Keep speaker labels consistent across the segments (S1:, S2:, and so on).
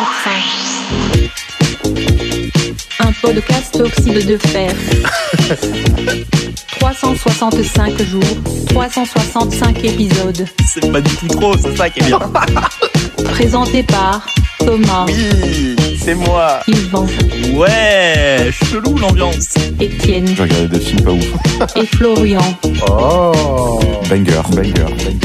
S1: 365. Un podcast oxyde de fer. 365 jours, 365 épisodes.
S2: C'est pas du tout trop, c'est ça qui est bien.
S1: Présenté par Thomas.
S2: Oui, c'est moi.
S1: Yvan.
S2: Ouais, chelou l'ambiance.
S1: Étienne.
S3: J'ai regardé Euh, des films pas ouf.
S1: Et Florian.
S4: Oh.
S3: Banger, banger, banger,
S4: banger.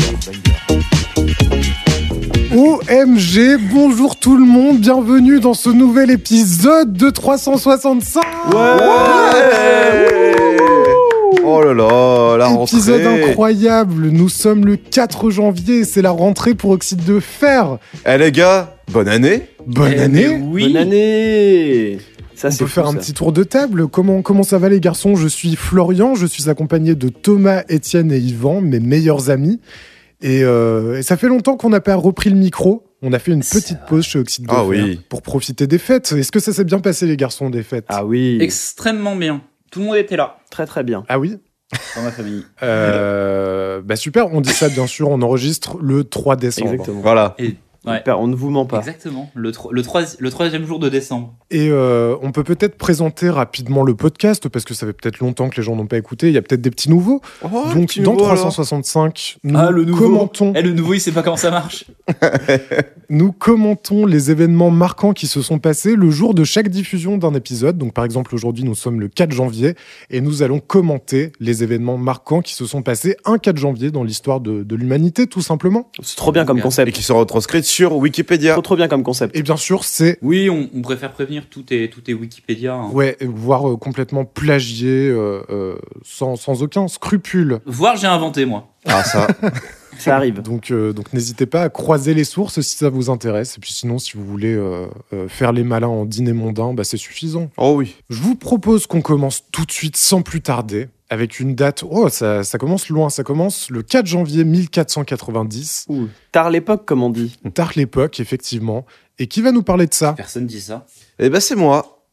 S4: OMG, bonjour tout le monde, bienvenue dans ce nouvel épisode de 365.
S3: Ouais. ouais oh là là, la rentrée.
S4: Épisode incroyable, nous sommes le 4 janvier, c'est la rentrée pour Oxyde de Fer.
S3: Eh hey les gars, bonne année.
S4: Bonne
S5: eh
S4: année.
S5: Oui. Bonne année.
S4: Ça, on peut faire ça. un petit tour de table. Comment, comment ça va les garçons Je suis Florian, je suis accompagné de Thomas, Étienne et Yvan, mes meilleurs amis. Et, euh, et ça fait longtemps qu'on n'a pas repris le micro. On a fait une petite pause chez Oxyde
S3: ah oui.
S4: pour profiter des fêtes. Est-ce que ça s'est bien passé les garçons des fêtes
S5: Ah oui.
S2: Extrêmement bien. Tout le monde était là.
S5: Très très bien.
S4: Ah oui
S2: dans ma famille.
S4: Euh, bah super, on dit ça bien sûr, on enregistre le 3 décembre.
S5: Exactement.
S3: Voilà.
S2: Et
S5: Ouais. On ne vous ment pas.
S2: Exactement. Le, tro le, trois le troisième jour de décembre.
S4: Et euh, on peut peut-être présenter rapidement le podcast parce que ça fait peut-être longtemps que les gens n'ont pas écouté. Il y a peut-être des petits nouveaux.
S3: Oh,
S4: Donc
S3: petit
S4: dans
S3: nouveau,
S4: 365, nous
S2: ah, le nouveau.
S4: commentons.
S2: Eh, le nouveau, il sait pas comment ça marche.
S4: nous commentons les événements marquants qui se sont passés le jour de chaque diffusion d'un épisode. Donc par exemple aujourd'hui, nous sommes le 4 janvier et nous allons commenter les événements marquants qui se sont passés un 4 janvier dans l'histoire de, de l'humanité, tout simplement.
S5: C'est trop bien comme concept.
S3: Et qui sont retranscrits sur Wikipédia.
S5: Trop, trop bien comme concept.
S4: Et bien sûr, c'est.
S2: Oui, on, on, préfère prévenir, tout est, tout est Wikipédia. Hein.
S4: Ouais, voire euh, complètement plagié, euh, euh, sans, sans, aucun scrupule.
S2: Voire j'ai inventé, moi.
S3: Ah, ça.
S5: ça arrive.
S4: Donc, euh, donc n'hésitez pas à croiser les sources si ça vous intéresse. Et puis sinon, si vous voulez euh, faire les malins en dîner mondain, bah, c'est suffisant.
S3: Oh oui.
S4: Je vous propose qu'on commence tout de suite, sans plus tarder, avec une date. Oh, ça, ça, commence loin, ça commence le 4 janvier 1490.
S5: Ouh, tard l'époque, comme on dit.
S4: Tard l'époque, effectivement. Et qui va nous parler de ça
S2: Personne dit ça.
S3: Eh ben, c'est moi.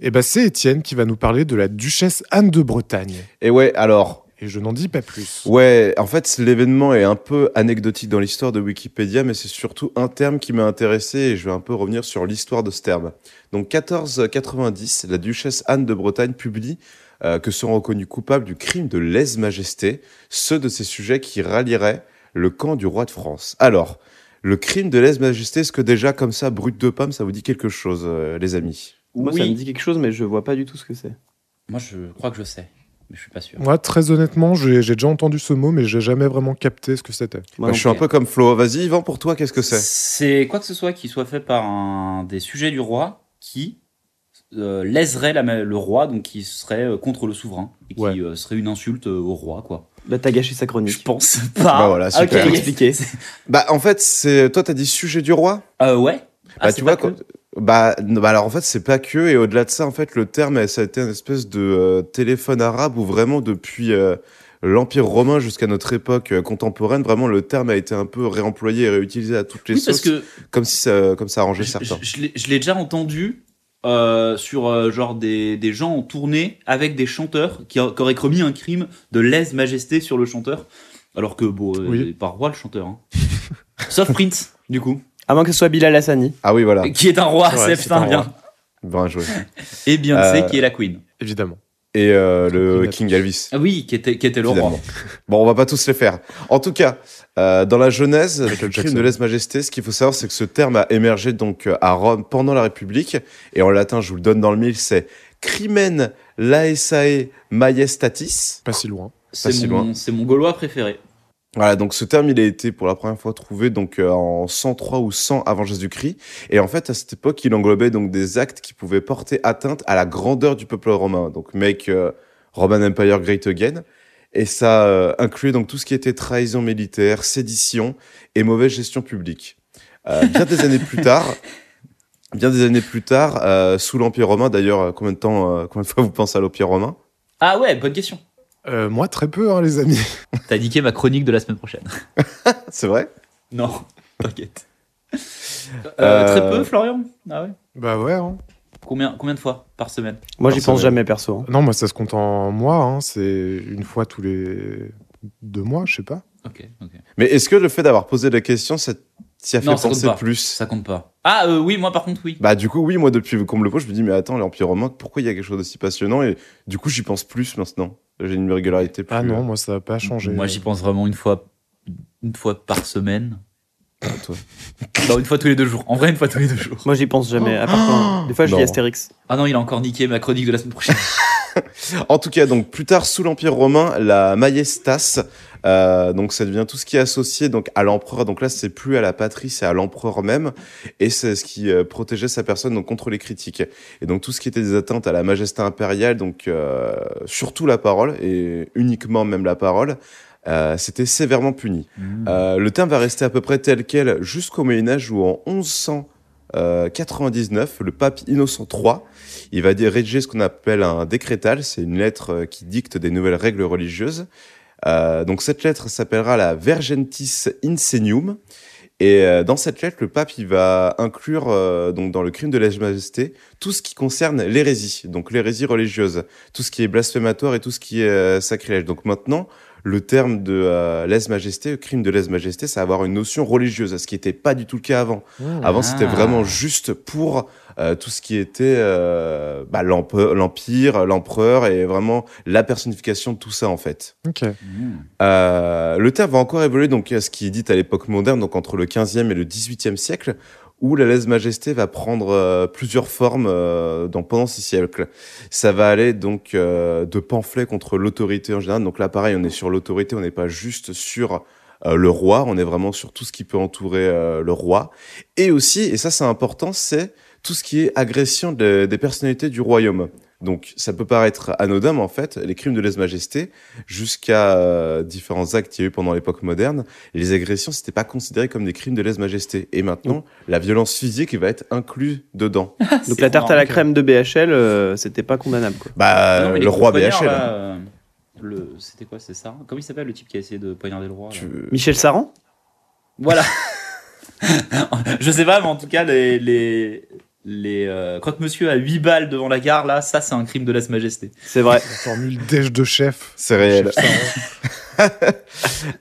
S4: Eh ben, c'est Étienne qui va nous parler de la duchesse Anne de Bretagne.
S3: Et ouais, alors.
S4: Et je n'en dis pas plus.
S3: Ouais, en fait, l'événement est un peu anecdotique dans l'histoire de Wikipédia, mais c'est surtout un terme qui m'a intéressé et je vais un peu revenir sur l'histoire de ce terme. Donc, 1490, la duchesse Anne de Bretagne publie euh, que seront reconnus coupables du crime de lèse-majesté ceux de ces sujets qui rallieraient le camp du roi de France. Alors, le crime de lèse-majesté, est-ce que déjà comme ça, brut de pomme, ça vous dit quelque chose, euh, les amis
S5: Moi, oui. ça me dit quelque chose, mais je vois pas du tout ce que c'est.
S2: Moi, je crois que je sais. Mais je suis pas sûr.
S4: Moi, ouais, très honnêtement, j'ai déjà entendu ce mot, mais j'ai jamais vraiment capté ce que c'était.
S3: Bah, je suis un peu comme Flo. Vas-y, Yvan, pour toi, qu'est-ce que c'est
S2: C'est quoi que ce soit qui soit fait par un des sujets du roi qui, euh, léserait la, le roi, donc qui serait euh, contre le souverain, et qui ouais. euh, serait une insulte au roi, quoi.
S5: Bah, t'as gâché sa chronique.
S2: Je pense pas. Bah,
S3: voilà, super.
S5: Okay, Ah, expliqué.
S3: bah, en fait, c'est, toi, t'as dit sujet du roi?
S2: Euh, ouais.
S3: Ah, bah, tu vois, que... bah, bah, alors en fait, c'est pas que, et au-delà de ça, en fait, le terme, eh, ça a été une espèce de euh, téléphone arabe où vraiment depuis, euh, l'Empire romain jusqu'à notre époque euh, contemporaine, vraiment le terme a été un peu réemployé et réutilisé à toutes les
S2: oui, parce
S3: sauces,
S2: que
S3: comme si ça, comme ça arrangeait certains.
S2: je, je l'ai déjà entendu, euh, sur euh, genre des, des, gens en tournée avec des chanteurs qui, a, qui auraient commis un crime de lèse-majesté sur le chanteur. Alors que, bon, euh, oui. par roi le chanteur. Hein. Sauf Prince, du coup.
S5: À moins que ce soit Bilal Hassani.
S3: Ah oui, voilà.
S2: Qui est un roi, c'est putain bien.
S3: Bien joué.
S2: Et Beyoncé qui est la queen.
S4: Évidemment.
S3: Et euh, le King Elvis.
S2: Ah oui, qui était, qui était le roi.
S3: Bon, on va pas tous les faire. En tout cas, euh, dans la Genèse, le crime Jackson. de lèse-majesté, ce qu'il faut savoir, c'est que ce terme a émergé donc euh, à Rome pendant la République, et en latin, je vous le donne dans le mille, c'est crimen laesae majestatis.
S4: Pas si loin.
S2: C'est si mon, mon gaulois préféré.
S3: Voilà, donc ce terme, il a été pour la première fois trouvé donc euh, en 103 ou 100 avant Jésus-Christ, et en fait à cette époque, il englobait donc des actes qui pouvaient porter atteinte à la grandeur du peuple romain. Donc make euh, Roman Empire great again et ça euh, incluait donc tout ce qui était trahison militaire, sédition et mauvaise gestion publique. Euh, bien des années plus tard, bien des années plus tard, euh, sous l'Empire romain, d'ailleurs, euh, combien de temps, combien de fois vous pensez à l'Empire romain
S2: Ah ouais, bonne question.
S4: moi, très peu, hein, les amis.
S2: T'as niqué ma chronique de la semaine prochaine.
S3: C'est vrai
S2: Non, t'inquiète. Euh, Très peu, Florian Ah ouais
S4: Bah ouais. Hein.
S2: Combien, combien de fois par semaine
S5: Moi,
S2: j'y
S5: pense jamais, perso. Hein.
S4: Non, moi, ça se compte en mois. Hein. C'est une fois tous les deux mois, je sais pas.
S2: Ok, ok.
S3: Mais est-ce que le fait d'avoir posé la question, ça Si a fait
S2: Non, ça compte
S3: penser
S2: pas.
S3: plus.
S2: Ça compte pas. Ah euh, oui, moi par contre, oui.
S3: Bah du coup oui moi depuis qu'on me le pose je me dis mais attends l'Empire romain pourquoi il y a quelque chose d'aussi passionnant et du coup j'y pense plus maintenant j'ai une régularité plus euh.
S4: Ah non, moi ça n'a pas changé.
S2: Moi j'y pense vraiment une fois, une fois par semaine.
S3: euh, toi.
S2: Non, une fois tous les deux jours. En vrai, une fois tous les deux jours.
S5: Moi, j'y pense jamais. À part quand- Des fois, je
S3: Non.
S5: lis Astérix.
S2: Ah non, il a encore niqué ma chronique de la semaine prochaine.
S3: En tout cas, donc plus tard sous l'Empire romain, la majestas, euh, donc ça devient tout ce qui est associé donc à l'empereur. Donc là, c'est plus à la patrie, c'est à l'empereur même, et c'est ce qui euh, protégeait sa personne donc contre les critiques. Et donc tout ce qui était des atteintes à la majesté impériale, donc euh, surtout la parole et uniquement même la parole. euh, c'était sévèrement puni.
S2: Mm,
S3: Euh, le terme va rester à peu près tel quel jusqu'au Moyen Âge où en 1199, le pape Innocent III, il va dé- rédiger ce qu'on appelle un décrétal, c'est une lettre euh, qui dicte des nouvelles règles religieuses. Euh, donc cette lettre s'appellera la Vergentis Insenium. Et euh, dans cette lettre, le pape il va inclure euh, donc dans le crime de lèse-majesté tout ce qui concerne l'hérésie, donc l'hérésie religieuse, tout ce qui est blasphématoire et tout ce qui est euh, sacrilège. Donc maintenant, le terme de euh, lèse-majesté, le crime de lèse-majesté, ça va avoir une notion religieuse, ce qui n'était pas du tout le cas avant.
S4: Mmh.
S3: Avant, c'était
S2: Ah.
S3: vraiment juste pour euh, tout ce qui était euh, bah, l'empe- l'empire, l'empereur et vraiment la personnification de tout ça en fait.
S4: Ok.
S2: Mmh.
S3: Euh, le terme va encore évoluer donc à ce qui est dit à l'époque moderne, donc entre le 15e et le 18e siècle, où la lèse-majesté va prendre euh, plusieurs formes euh, dans, pendant ces siècles. Ça va aller donc euh, de pamphlets contre l'autorité en général. Donc là, pareil, on est sur l'autorité, on n'est pas juste sur euh, le roi, on est vraiment sur tout ce qui peut entourer euh, le roi. Et aussi, et ça c'est important, c'est tout ce qui est agression de- des personnalités du royaume. Donc ça peut paraître anodin, mais en fait, les crimes de lèse-majesté, jusqu'à euh, différents actes qu'il y a eu pendant l'époque moderne, les agressions, c'était pas considéré comme des crimes de lèse-majesté. Et maintenant, la violence physique va être incluse dedans.
S2: Ah.
S5: Donc, la tarte à la
S2: crème
S5: crème de BHL, euh, c'était pas condamnable. Quoi.
S3: Bah,
S2: Ah Non, mais les
S3: le roi
S2: contreveneurs,
S3: BHL.
S2: là, euh, le... C'était quoi, c'est ça Comment il s'appelle le type qui a essayé de poignarder le roi là
S3: Tu-
S5: Michel Saran
S2: Voilà. Je sais pas, mais en tout cas, les, les, les euh, croque-monsieur à 8 balles devant la gare, là, ça, c'est un crime de laisse majesté.
S5: C'est vrai.
S4: La formule déj de chef. hein.
S3: C'est réel.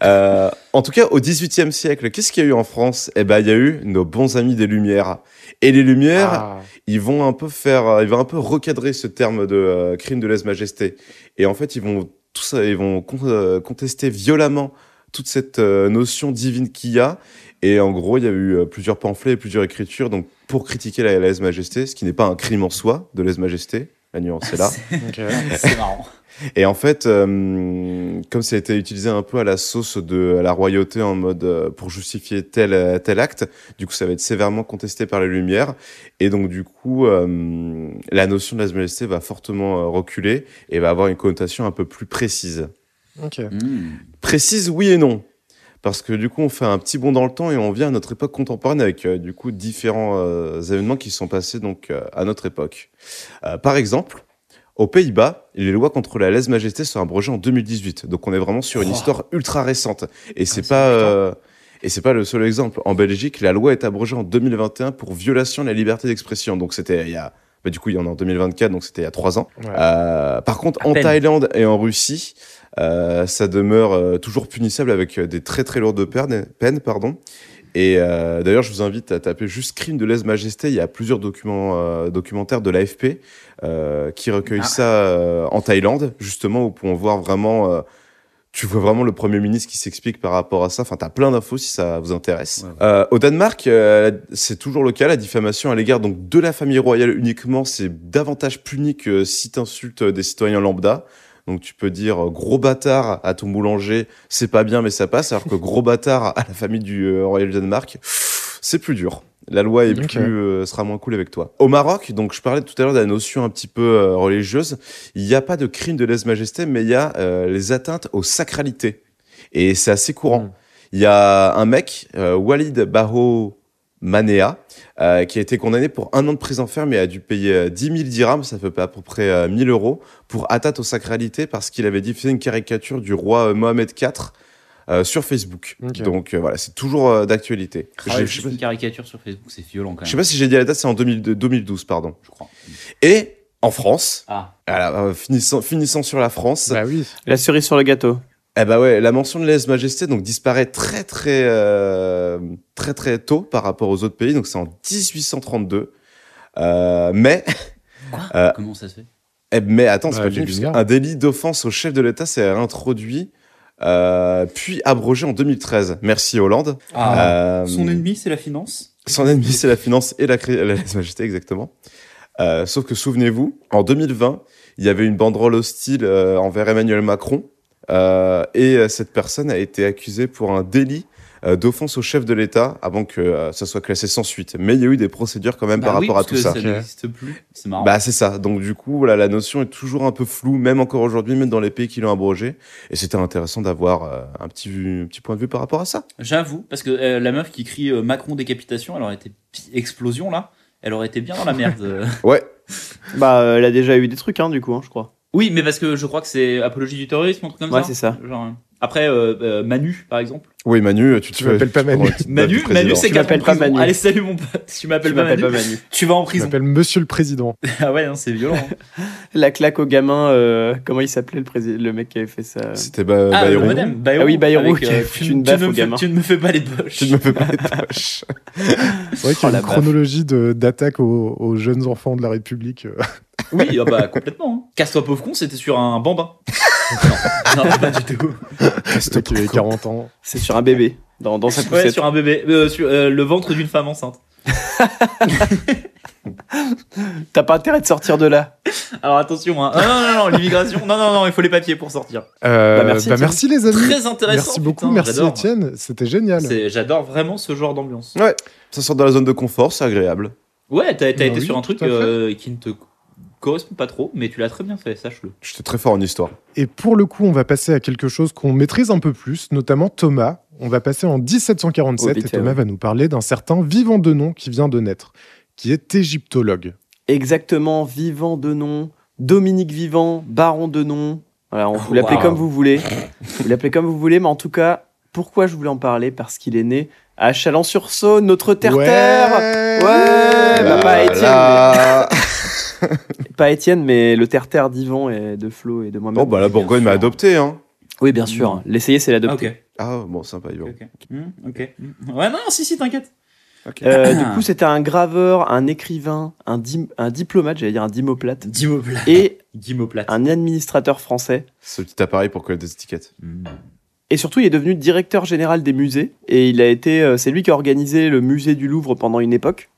S3: Euh, en tout cas, au XVIIIe siècle, qu'est-ce qu'il y a eu en France Eh ben, il y a eu nos bons amis des Lumières. Et les Lumières,
S4: Ah.
S3: ils vont un peu faire, euh, ils vont un peu recadrer ce terme de euh, crime de lèse-majesté. Et en fait, ils vont tout ça, ils vont con- euh, contester violemment toute cette euh, notion divine qu'il y a. Et en gros, il y a eu euh, plusieurs pamphlets, et plusieurs écritures, donc pour critiquer la lèse-majesté, ce qui n'est pas un crime en soi de lèse-majesté. La nuance est là.
S4: Ok.
S2: C'est marrant.
S3: Et en fait, euh, comme ça a été utilisé un peu à la sauce de la royauté en mode euh, pour justifier tel euh, tel acte, du coup ça va être sévèrement contesté par les Lumières. Et donc du coup, euh, la notion de la majesté va fortement euh, reculer et va avoir une connotation un peu plus précise.
S4: Ok.
S3: Hmm.
S2: Mmh.
S3: Précise, oui et non. Parce que du coup, on fait un petit bond dans le temps et on vient à notre époque contemporaine avec euh, du coup différents euh, événements qui sont passés donc euh, à notre époque. Euh, par exemple, aux Pays-Bas, les lois contre la lèse-majesté sont abrogées en 2018. Donc on est vraiment sur une
S2: Oh.
S3: histoire ultra récente. Et c'est
S2: c'est
S3: pas
S2: putain.
S3: euh, et c'est pas le seul exemple. En Belgique, la loi est abrogée en 2021 pour violation de la liberté d'expression. Donc c'était il y a bah, du coup, il y en a en 2024, donc c'était il y a trois ans.
S4: Ouais.
S3: Euh, par contre,
S2: À
S3: en
S2: peine.
S3: Thaïlande et en Russie, euh, ça demeure euh, toujours punissable avec euh, des très très lourdes peines. peines, pardon. Et euh, d'ailleurs, je vous invite à taper juste crime de lèse-majesté. Il y a plusieurs documents, euh, documentaires de l'AFP euh, qui recueillent
S2: Ah.
S3: ça euh, en Thaïlande, justement, où on voit vraiment, euh, tu vois vraiment le Premier ministre qui s'explique par rapport à ça. Enfin, t'as plein d'infos si ça vous intéresse.
S2: Ouais, ouais.
S3: Euh, au Danemark, euh, c'est toujours le cas. La diffamation à l'égard donc de la famille royale uniquement, c'est davantage puni que si t'insultes euh, des citoyens lambda. Donc tu peux dire euh, gros bâtard à ton boulanger, c'est pas bien mais ça passe, alors que gros bâtard à la famille du euh, royal Danemark, c'est plus dur. La loi est
S4: Ok.
S3: plus, euh, sera moins cool avec toi. Au Maroc, donc je parlais tout à l'heure de la notion un petit peu euh, religieuse, il n'y a pas de crime de lèse-majesté, mais il y a euh, les atteintes aux sacralités. Et c'est assez courant.
S4: Mm.
S3: Il y a un mec, euh, Walid Baho Manea, euh, qui a été condamné pour un an de prison ferme et a dû payer euh, 10 000 dirhams, ça fait à peu près euh, 1000 euros, pour atteinte aux sacralités parce qu'il avait diffusé une caricature du roi euh, Mohamed IV euh, sur Facebook.
S4: Ok.
S3: Donc euh, voilà, c'est toujours euh, d'actualité.
S2: Ah
S3: J'ai-
S2: ouais,
S3: je,
S2: juste
S3: sais pas,
S2: une caricature sur Facebook, c'est violent quand
S3: je
S2: même.
S3: sais pas si j'ai dit la date, c'est en 2002 2012, pardon.
S2: Je crois.
S3: Et en France,
S2: Ah,
S3: voilà, euh, finissant, finissant sur la France,
S4: Bah oui.
S5: La cerise sur le gâteau.
S3: Eh bah ouais, la mention de lèse majesté donc disparaît très très euh, très très tôt par rapport aux autres pays. Donc c'est en 1832. Euh, mais
S2: Quoi
S3: Euh,
S2: Comment ça se fait
S3: eh, mais attends, c'est
S4: Bah,
S3: pas
S4: les
S3: fini, puisque
S4: Lumières.
S3: un délit d'offense au chef de l'État s'est réintroduit euh, puis abrogé en 2013. Merci Hollande. Euh,
S2: Ah, Son ennemi, c'est la finance.
S3: Son ennemi, c'est la finance et la, cré- la lèse-majesté, exactement. Euh, sauf que souvenez-vous, en 2020, il y avait une banderole hostile euh, envers Emmanuel Macron. euh, et euh, cette personne a été accusée pour un délit euh, d'offense au chef de l'État avant que euh, ça soit classé sans suite. Mais il y a eu des procédures quand même
S2: Bah
S3: par
S2: oui,
S3: rapport à
S2: parce
S3: tout
S2: que
S3: ça.
S2: Ça n'existe plus. C'est marrant.
S3: Bah c'est ça. Donc du coup, voilà, la notion est toujours un peu floue, même encore aujourd'hui, même dans les pays qui l'ont abrogée. Et c'était intéressant d'avoir euh, un petit vu- un petit point de vue par rapport à ça.
S2: J'avoue, parce que euh, la meuf qui crie euh, Macron décapitation, elle aurait été pi- explosion là. Elle aurait été bien dans la merde. euh.
S3: Ouais,
S5: Bah, euh, elle a déjà eu des trucs, hein, du coup, hein, je crois.
S2: oui, mais parce que je crois que c'est apologie du terrorisme, un truc comme
S5: Ouais,
S2: ça.
S5: c'est ça.
S2: Genre, euh, Après, euh, euh, Manu, par exemple.
S3: oui, Manu, tu te
S4: Tu
S3: fais-
S4: m'appelles pas
S3: tu te prends
S4: Manu.
S3: une petite note du
S2: Manu, Manu,
S3: président.
S2: c'est
S5: Bah, Tu
S2: quatre ans
S5: m'appelles
S2: de
S5: pas
S2: prison.
S5: Manu.
S2: Allez, salut mon pote. Tu
S5: Tu
S2: m'appelles pas
S5: m'appelles
S2: Manu.
S5: pas Manu.
S2: Tu vas en
S4: Je
S2: prison.
S4: m'appelle Monsieur le Président.
S2: Ah ouais, non, c'est violent. hein.
S5: La claque au gamin, euh, comment il s'appelait le, prési- le mec qui avait fait ça
S3: C'était ba
S2: ah,
S3: Bayrou.
S2: le modem. Bayrou,
S5: Ah oui, Bayrou
S2: avec, euh,
S5: qui a foutu
S2: tu,
S5: une
S2: tu
S5: baffe
S2: ne
S5: au
S2: me fais-
S5: gamin.
S2: tu ne me fais pas les poches.
S3: Tu ne me fais pas les poches.
S4: C'est vrai qu'il y
S5: Oh,
S4: a
S5: la
S4: une chronologie de- d'attaque aux, aux jeunes enfants de la République. euh,
S2: Oui, ah bah complètement. hein. Casse-toi pauvre con, c'était sur un bambin. non, non, pas du tout.
S4: qui avait 40 ans.
S5: C'est sur un bébé, dans, dans sa poussette.
S2: Ouais, sur un bébé, Euh, sur euh, le ventre d'une femme enceinte.
S5: T'as pas intérêt de sortir de là.
S2: Alors attention, hein. Ah, non, non, non, l'immigration, non, non, non, il faut les papiers pour sortir.
S4: Euh,
S5: Bah,
S4: bah,
S5: merci,
S4: merci,
S5: Étienne.
S4: les amis.
S2: Très intéressant.
S4: Merci beaucoup,
S2: putain,
S4: merci
S2: j'adore.
S4: Étienne. C'était génial.
S2: C'est- J'adore vraiment ce genre d'ambiance.
S3: Ouais, ça sort de la zone de confort, c'est agréable.
S2: Ouais, t'as t'as
S4: Bah
S2: été
S4: oui,
S2: sur un
S4: tout
S2: truc
S4: à fait.
S2: euh, qui ne te correspond pas trop, mais tu l'as très bien fait, sache-le.
S3: J'étais très fort en histoire.
S4: Et pour le coup, on va passer à quelque chose qu'on maîtrise un peu plus, notamment Thomas. On va passer en 1747
S5: Oh, vite
S4: et
S5: fait,
S4: Thomas
S5: ouais.
S4: va nous parler d'un certain vivant de nom qui vient de naître, qui est égyptologue.
S5: Exactement, Vivant de nom, Dominique Vivant, Baron de nom. Voilà, on vous l'appelez
S2: Wow.
S5: comme vous voulez. Vous l'appelez comme vous voulez, mais en tout cas, pourquoi je voulais en parler Parce qu'il est né à Chalon-sur-Saône, notre terre-terre. Ouais, bah, pas Étienne,
S3: Là.
S5: Pas Étienne, mais le terre-terre d'Yvan et de Flo et de moi-même.
S3: Bon, bah la Bourgogne
S2: sûr.
S3: m'a adopté, hein.
S5: Oui, bien sûr. L'essayer, c'est l'adopter.
S2: ok.
S3: Ah, bon, sympa, Yvan.
S2: Ok. Hmm, ok. Hmm. Ouais, non, non, si, si, t'inquiète.
S5: Euh, du coup, c'était un graveur, un écrivain, un, dim- un diplomate, j'allais dire un dimoplate,
S2: Dimoplate.
S5: et
S2: Dimoplate.
S5: un administrateur français.
S3: Ce petit appareil pour coller des étiquettes.
S2: Hmm.
S5: Et surtout, il est devenu directeur général des musées. Et il a été, euh, c'est lui qui a organisé le musée du Louvre pendant une époque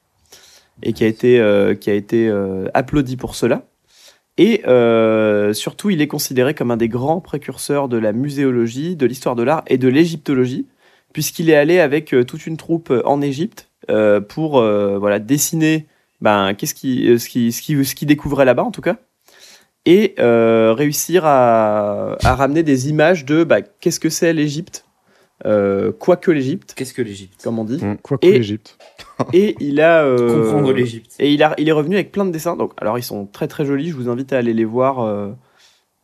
S5: et qui a été, euh, qui a été euh, applaudi pour cela. Et euh, surtout, il est considéré comme un des grands précurseurs de la muséologie, de l'histoire de l'art et de l'égyptologie, puisqu'il est allé avec euh, toute une troupe euh, en Égypte euh, pour euh, voilà dessiner ben qu'est-ce qui euh, ce qui ce qui ce qu'il découvrait là-bas en tout cas et euh, réussir à, à ramener des images de bah, qu'est-ce que c'est l'Égypte, euh, quoi que l'Égypte,
S2: Qu'est-ce que l'Égypte
S5: comme on dit.
S4: Quoi que
S5: Mm. Et-
S4: l'Égypte.
S5: Et il a euh,
S2: Comprendre l'Égypte.
S5: Et il, a, il est revenu avec plein de dessins. Donc, alors ils sont très très jolis. Je vous invite à aller les voir. euh,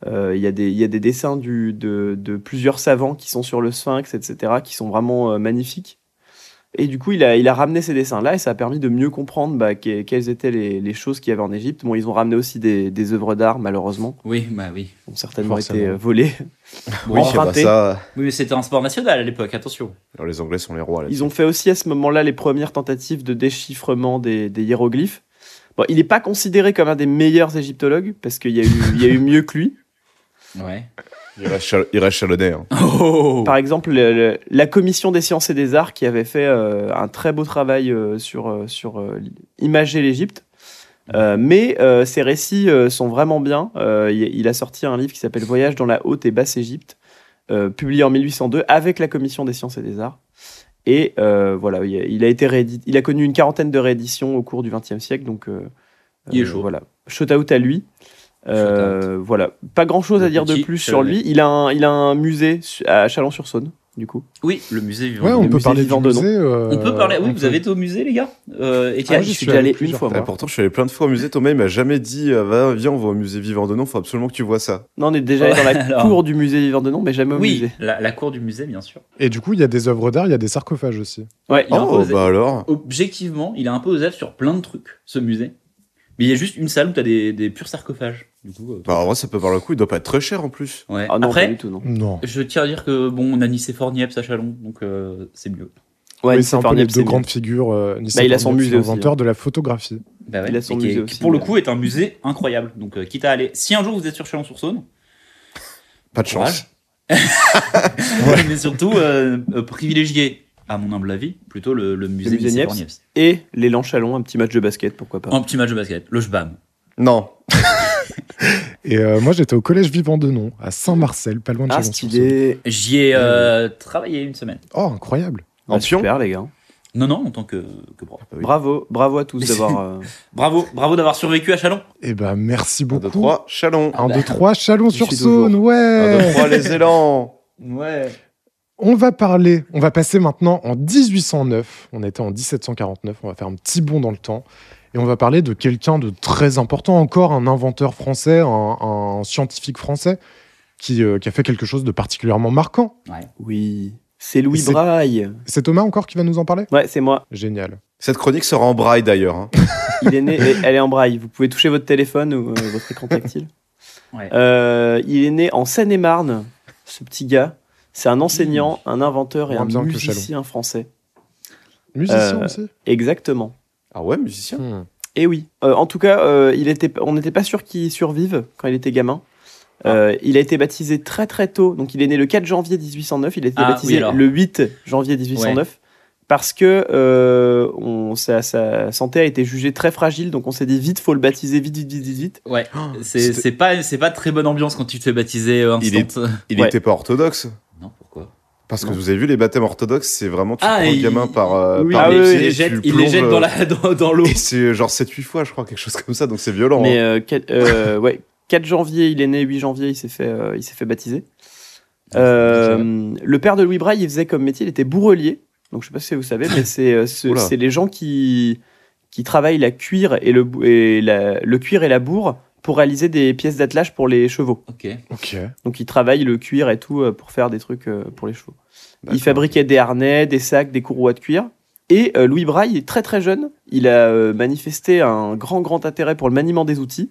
S5: euh, il, y a des, il y a des dessins du, de, de plusieurs savants qui sont sur le sphinx, etc., qui sont vraiment euh, magnifiques. Et du coup, il a, il a ramené ces dessins-là et ça a permis de mieux comprendre bah, que- quelles étaient les, les choses qu'il y avait en Égypte. Bon, ils ont ramené aussi des, des œuvres d'art, malheureusement,
S2: Oui, bah oui.
S5: qui ont certainement été
S3: Forcément.
S5: euh, volées.
S3: Oui, ah bah
S5: Emprunté.
S3: ça,
S2: Oui, mais c'était un sport national à l'époque, attention.
S3: alors, les Anglais sont les rois. là.
S5: Ils ont fait aussi à ce moment-là les premières tentatives de déchiffrement des, des hiéroglyphes. Bon, il n'est pas considéré comme un des meilleurs égyptologues parce qu'il y, a eu- il y a eu mieux que lui.
S2: Ouais.
S3: Il reste chal- il reste chalonné, hein.
S2: Oh
S5: Par exemple, le- le- la commission des sciences et des arts qui avait fait euh, un très beau travail euh, sur, euh, sur euh, imager l'Égypte. Euh, mais euh, ses récits euh, sont vraiment bien. Euh, il, il a sorti un livre qui s'appelle Voyage dans la haute et basse Égypte, euh, publié en 1802 avec la commission des sciences et des arts. Et euh, voilà, il a, il a été réédit- il a connu une quarantaine de rééditions au cours du XXe siècle. Donc, euh,
S2: Il est
S5: euh,
S2: chaud.
S5: Voilà, shout out à lui. Euh, voilà, pas grand chose
S2: Le
S5: à dire de
S2: petit
S5: plus sur
S2: Chalonnet.
S5: lui. Il a un, il a un musée su- à Chalon-sur-Saône, du coup.
S2: Oui, le musée vivant.
S4: Ouais, on
S5: le
S4: peut
S5: musée
S4: parler du
S5: vivant de nom.
S4: musée. euh,
S2: On peut parler. Oui,
S4: on
S2: vous
S4: peut-
S2: avez été au musée, les gars euh, et
S5: Ah,
S4: Ah, j'y
S5: j'y suis
S4: suis
S5: déjà
S4: allé
S5: allé une
S4: plusieurs
S5: fois.
S3: Ouais,
S5: moi.
S3: pourtant, je suis allé plein de fois au musée. Thomas, il m'a jamais dit euh, va, Viens, on va au musée vivant de nom. Faut absolument que tu vois ça.
S5: Non, on est déjà allé dans la
S2: Alors.
S5: cour du musée vivant de nom, mais jamais au
S2: oui,
S5: musée.
S2: la, la cour du musée, bien sûr.
S4: Et du coup, il y a des œuvres d'art, il y a des sarcophages aussi.
S5: Ouais,
S2: Il a un
S3: Oh,
S2: peu-
S3: bah alors.
S2: Objectivement, il est un peu aux ailes sur plein de trucs, ce musée. Mais il y a juste une salle où t'as des, des purs sarcophages. Du coup, euh,
S3: Bah, en vrai, ça peut voir le coup. Il doit pas être très cher en plus.
S2: ouais.
S5: Ah non, pas du
S2: Après,
S5: tout, non.
S4: Non.
S2: je tiens à dire que bon, on a Nicé Forniep, Sacha Long, donc euh, c'est mieux.
S5: Ouais,
S4: Oui, c'est un peu
S5: Fornier,
S4: les
S5: c'est
S4: deux
S5: mieux.
S4: grandes figures. euh, Nicolas
S5: Bah, il a son
S4: Fornier,
S5: musée aussi,
S4: Inventeur de la photographie.
S2: Bah
S5: Il a son
S2: et qui est-
S5: musée
S2: qui,
S5: aussi,
S2: pour le
S5: ouais.
S2: coup, est un musée incroyable. Donc, euh, quitte à aller. Si un jour vous êtes sur Chalon-sur-Saône,
S3: Pas de
S2: Courage.
S3: chance.
S2: mais surtout euh, euh, privilégiez, à mon humble avis, plutôt le, le musée,
S5: musée
S2: Nicé
S5: Niepce.
S2: Forniep.
S5: Et l'élan Chalon, un petit match de basket, pourquoi pas.
S2: Un petit match de basket, le Jbam.
S3: Non.
S4: Et euh, moi, j'étais au collège vivant de nom, à Saint-Marcel, pas loin de
S5: Ah,
S4: Chalon-sur-Saône.
S5: stylé.
S2: J'y
S3: Ah
S2: ai euh, travaillé une semaine.
S4: Oh, incroyable.
S3: En
S5: Ah,
S3: pion
S5: Super, les gars.
S2: Non, non, en tant que, que prof.
S3: Ah, bah oui.
S5: Bravo, bravo à tous d'avoir. euh,
S2: Bravo, bravo d'avoir survécu à Chalon.
S4: Eh ben, merci
S3: Un,
S4: beaucoup.
S3: deux, trois. Chalon.
S4: 1,
S2: bah.
S4: 2, 3,
S5: J'y suis toujours.
S4: Chalon-sur-Saône,
S3: Un, deux,
S4: ouais
S3: trois. Les élans.
S2: Ouais.
S4: On va parler, on va passer maintenant en 1809, on était en 1749, on va faire un petit bond dans le temps, et on va parler de quelqu'un de très important, encore un inventeur français, un, un scientifique français, qui, euh, qui a fait quelque chose de particulièrement marquant.
S5: Oui. C'est Louis
S4: C'est-
S5: Braille.
S4: C'est Thomas encore qui va nous en parler
S5: Ouais, c'est moi.
S4: Génial.
S3: Cette chronique sera en braille d'ailleurs. hein.
S5: Il est né, elle est en braille. Vous pouvez toucher votre téléphone ou euh, votre écran tactile.
S2: Ouais.
S5: Euh, il est né en Seine-et-Marne, ce petit gars. C'est un enseignant, un inventeur et
S4: Moins
S5: un
S4: bien que
S5: musicien français.
S4: Musicien
S5: Euh,
S4: aussi
S5: Exactement.
S3: Ah ouais, musicien.
S4: Hmm.
S5: Et oui. Euh, en tout cas, euh, il était, on n'était pas sûr qu'il survive quand il était gamin.
S2: Ah.
S5: Euh, il a été baptisé très très tôt. Donc il est né le 4 janvier 1809. Il a été
S2: Ah, oui,
S5: baptisé
S2: alors.
S5: le 8 janvier 1809 parce que euh, on, sa, sa santé a été jugée très fragile. Donc on s'est dit vite, faut le baptiser vite, vite, vite, vite. vite.
S2: Ouais.
S3: Oh,
S2: C'est
S3: c'était-
S2: c'est pas, c'est pas très bonne ambiance quand tu te fais baptiser euh,
S3: Il
S2: instant.
S3: Il
S5: Ouais.
S3: était pas orthodoxe.
S2: Non, pourquoi
S3: Parce que
S5: Non.
S3: vous avez vu, les baptêmes orthodoxes, c'est vraiment tu
S2: Ah,
S3: prends le
S2: il-
S3: gamin par, euh,
S5: oui.
S3: par
S5: Ah
S2: il,
S3: les
S5: oui,
S3: pieds
S5: oui,
S2: les
S3: et
S2: jette,
S3: tu
S2: il les
S3: plonges, euh,
S2: jette dans la- dans- dans l'eau.
S3: Et c'est genre 7-8 fois, je crois, quelque chose comme ça, donc c'est violent.
S5: Mais
S3: hein.
S5: euh, quatre- euh, ouais, 4 janvier, il est né. 8 janvier, il s'est fait, euh, il s'est fait baptiser. Euh, le père de Louis Braille, il faisait comme métier, il était bourrelier. Donc je sais pas si vous savez, mais c'est euh, ce-
S3: Oula.
S5: c'est les gens qui qui travaillent la cuir et le bou- et la- le cuir et la bourre pour réaliser des pièces d'attelage pour les chevaux.
S2: Ok.
S4: Ok.
S5: Donc ils travaillent le cuir et tout euh, pour faire des trucs euh, pour les chevaux.
S3: D'accord.
S5: Il fabriquait des harnais, des sacs, des courroies de cuir. Et euh, Louis Braille est très très jeune. Il a euh, manifesté un grand grand intérêt pour le maniement des outils.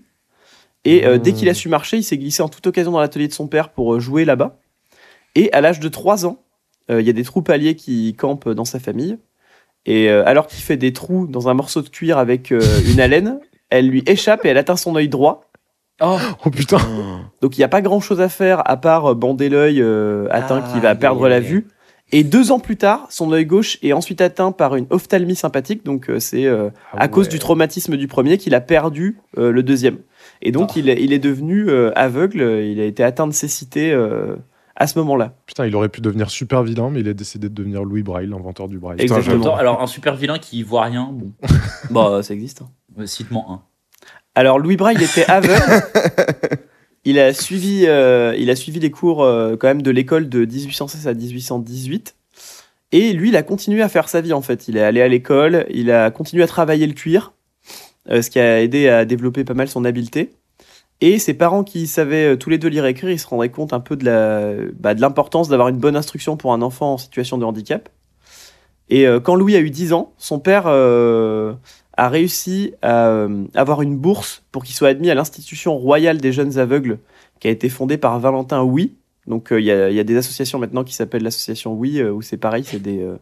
S5: Et euh, dès qu'il a su marcher, il s'est glissé en toute occasion dans l'atelier de son père pour euh, jouer là-bas. Et à l'âge de 3 ans, euh, il y a des troupes alliées qui campent dans sa famille. Et euh, alors qu'il fait des trous dans un morceau de cuir avec euh, une haleine, elle lui échappe et elle atteint son œil droit.
S2: Oh,
S4: Oh putain
S5: Donc il n'y a pas grand chose à faire à part euh, bander l'œil euh, atteint
S2: Ah,
S5: qui va
S2: aïe,
S5: perdre
S2: aïe,
S5: la
S2: aïe.
S5: vue. Et deux ans plus tard, son œil gauche est ensuite atteint par une ophtalmie sympathique. Donc euh, c'est euh,
S2: Ah
S5: à cause du traumatisme du premier qu'il a perdu euh, le deuxième. Et donc
S2: Oh.
S5: il, est- il est devenu euh, aveugle. euh, Il a été atteint de cécité euh, à ce moment-là.
S4: Putain, il aurait pu devenir super vilain, mais il a décidé de devenir Louis Braille, l'inventeur du Braille.
S5: Exactement.
S2: en même temps, alors un super vilain qui voit rien, bon,
S5: Bah ça existe. hein.
S2: euh, cite-moi un.
S5: Alors Louis Braille il était aveugle. il a suivi, euh, il a suivi les cours euh, quand même de l'école de 1816 à 1818. Et lui, il a continué à faire sa vie en fait. Il est allé à l'école, il a continué à travailler le cuir, euh, ce qui a aidé à développer pas mal son habileté. Et ses parents qui savaient euh, tous les deux lire et écrire, ils se rendaient compte un peu de la, bah, de l'importance d'avoir une bonne instruction pour un enfant en situation de handicap. Et euh, quand Louis a eu 10 ans, son père euh, a réussi à euh, avoir une bourse pour qu'il soit admis à l'institution royale des jeunes aveugles qui a été fondée par Valentin Oui. Donc euh, il y a- il y, a des associations maintenant qui s'appellent l'association Oui euh, où c'est pareil, c'est des, euh,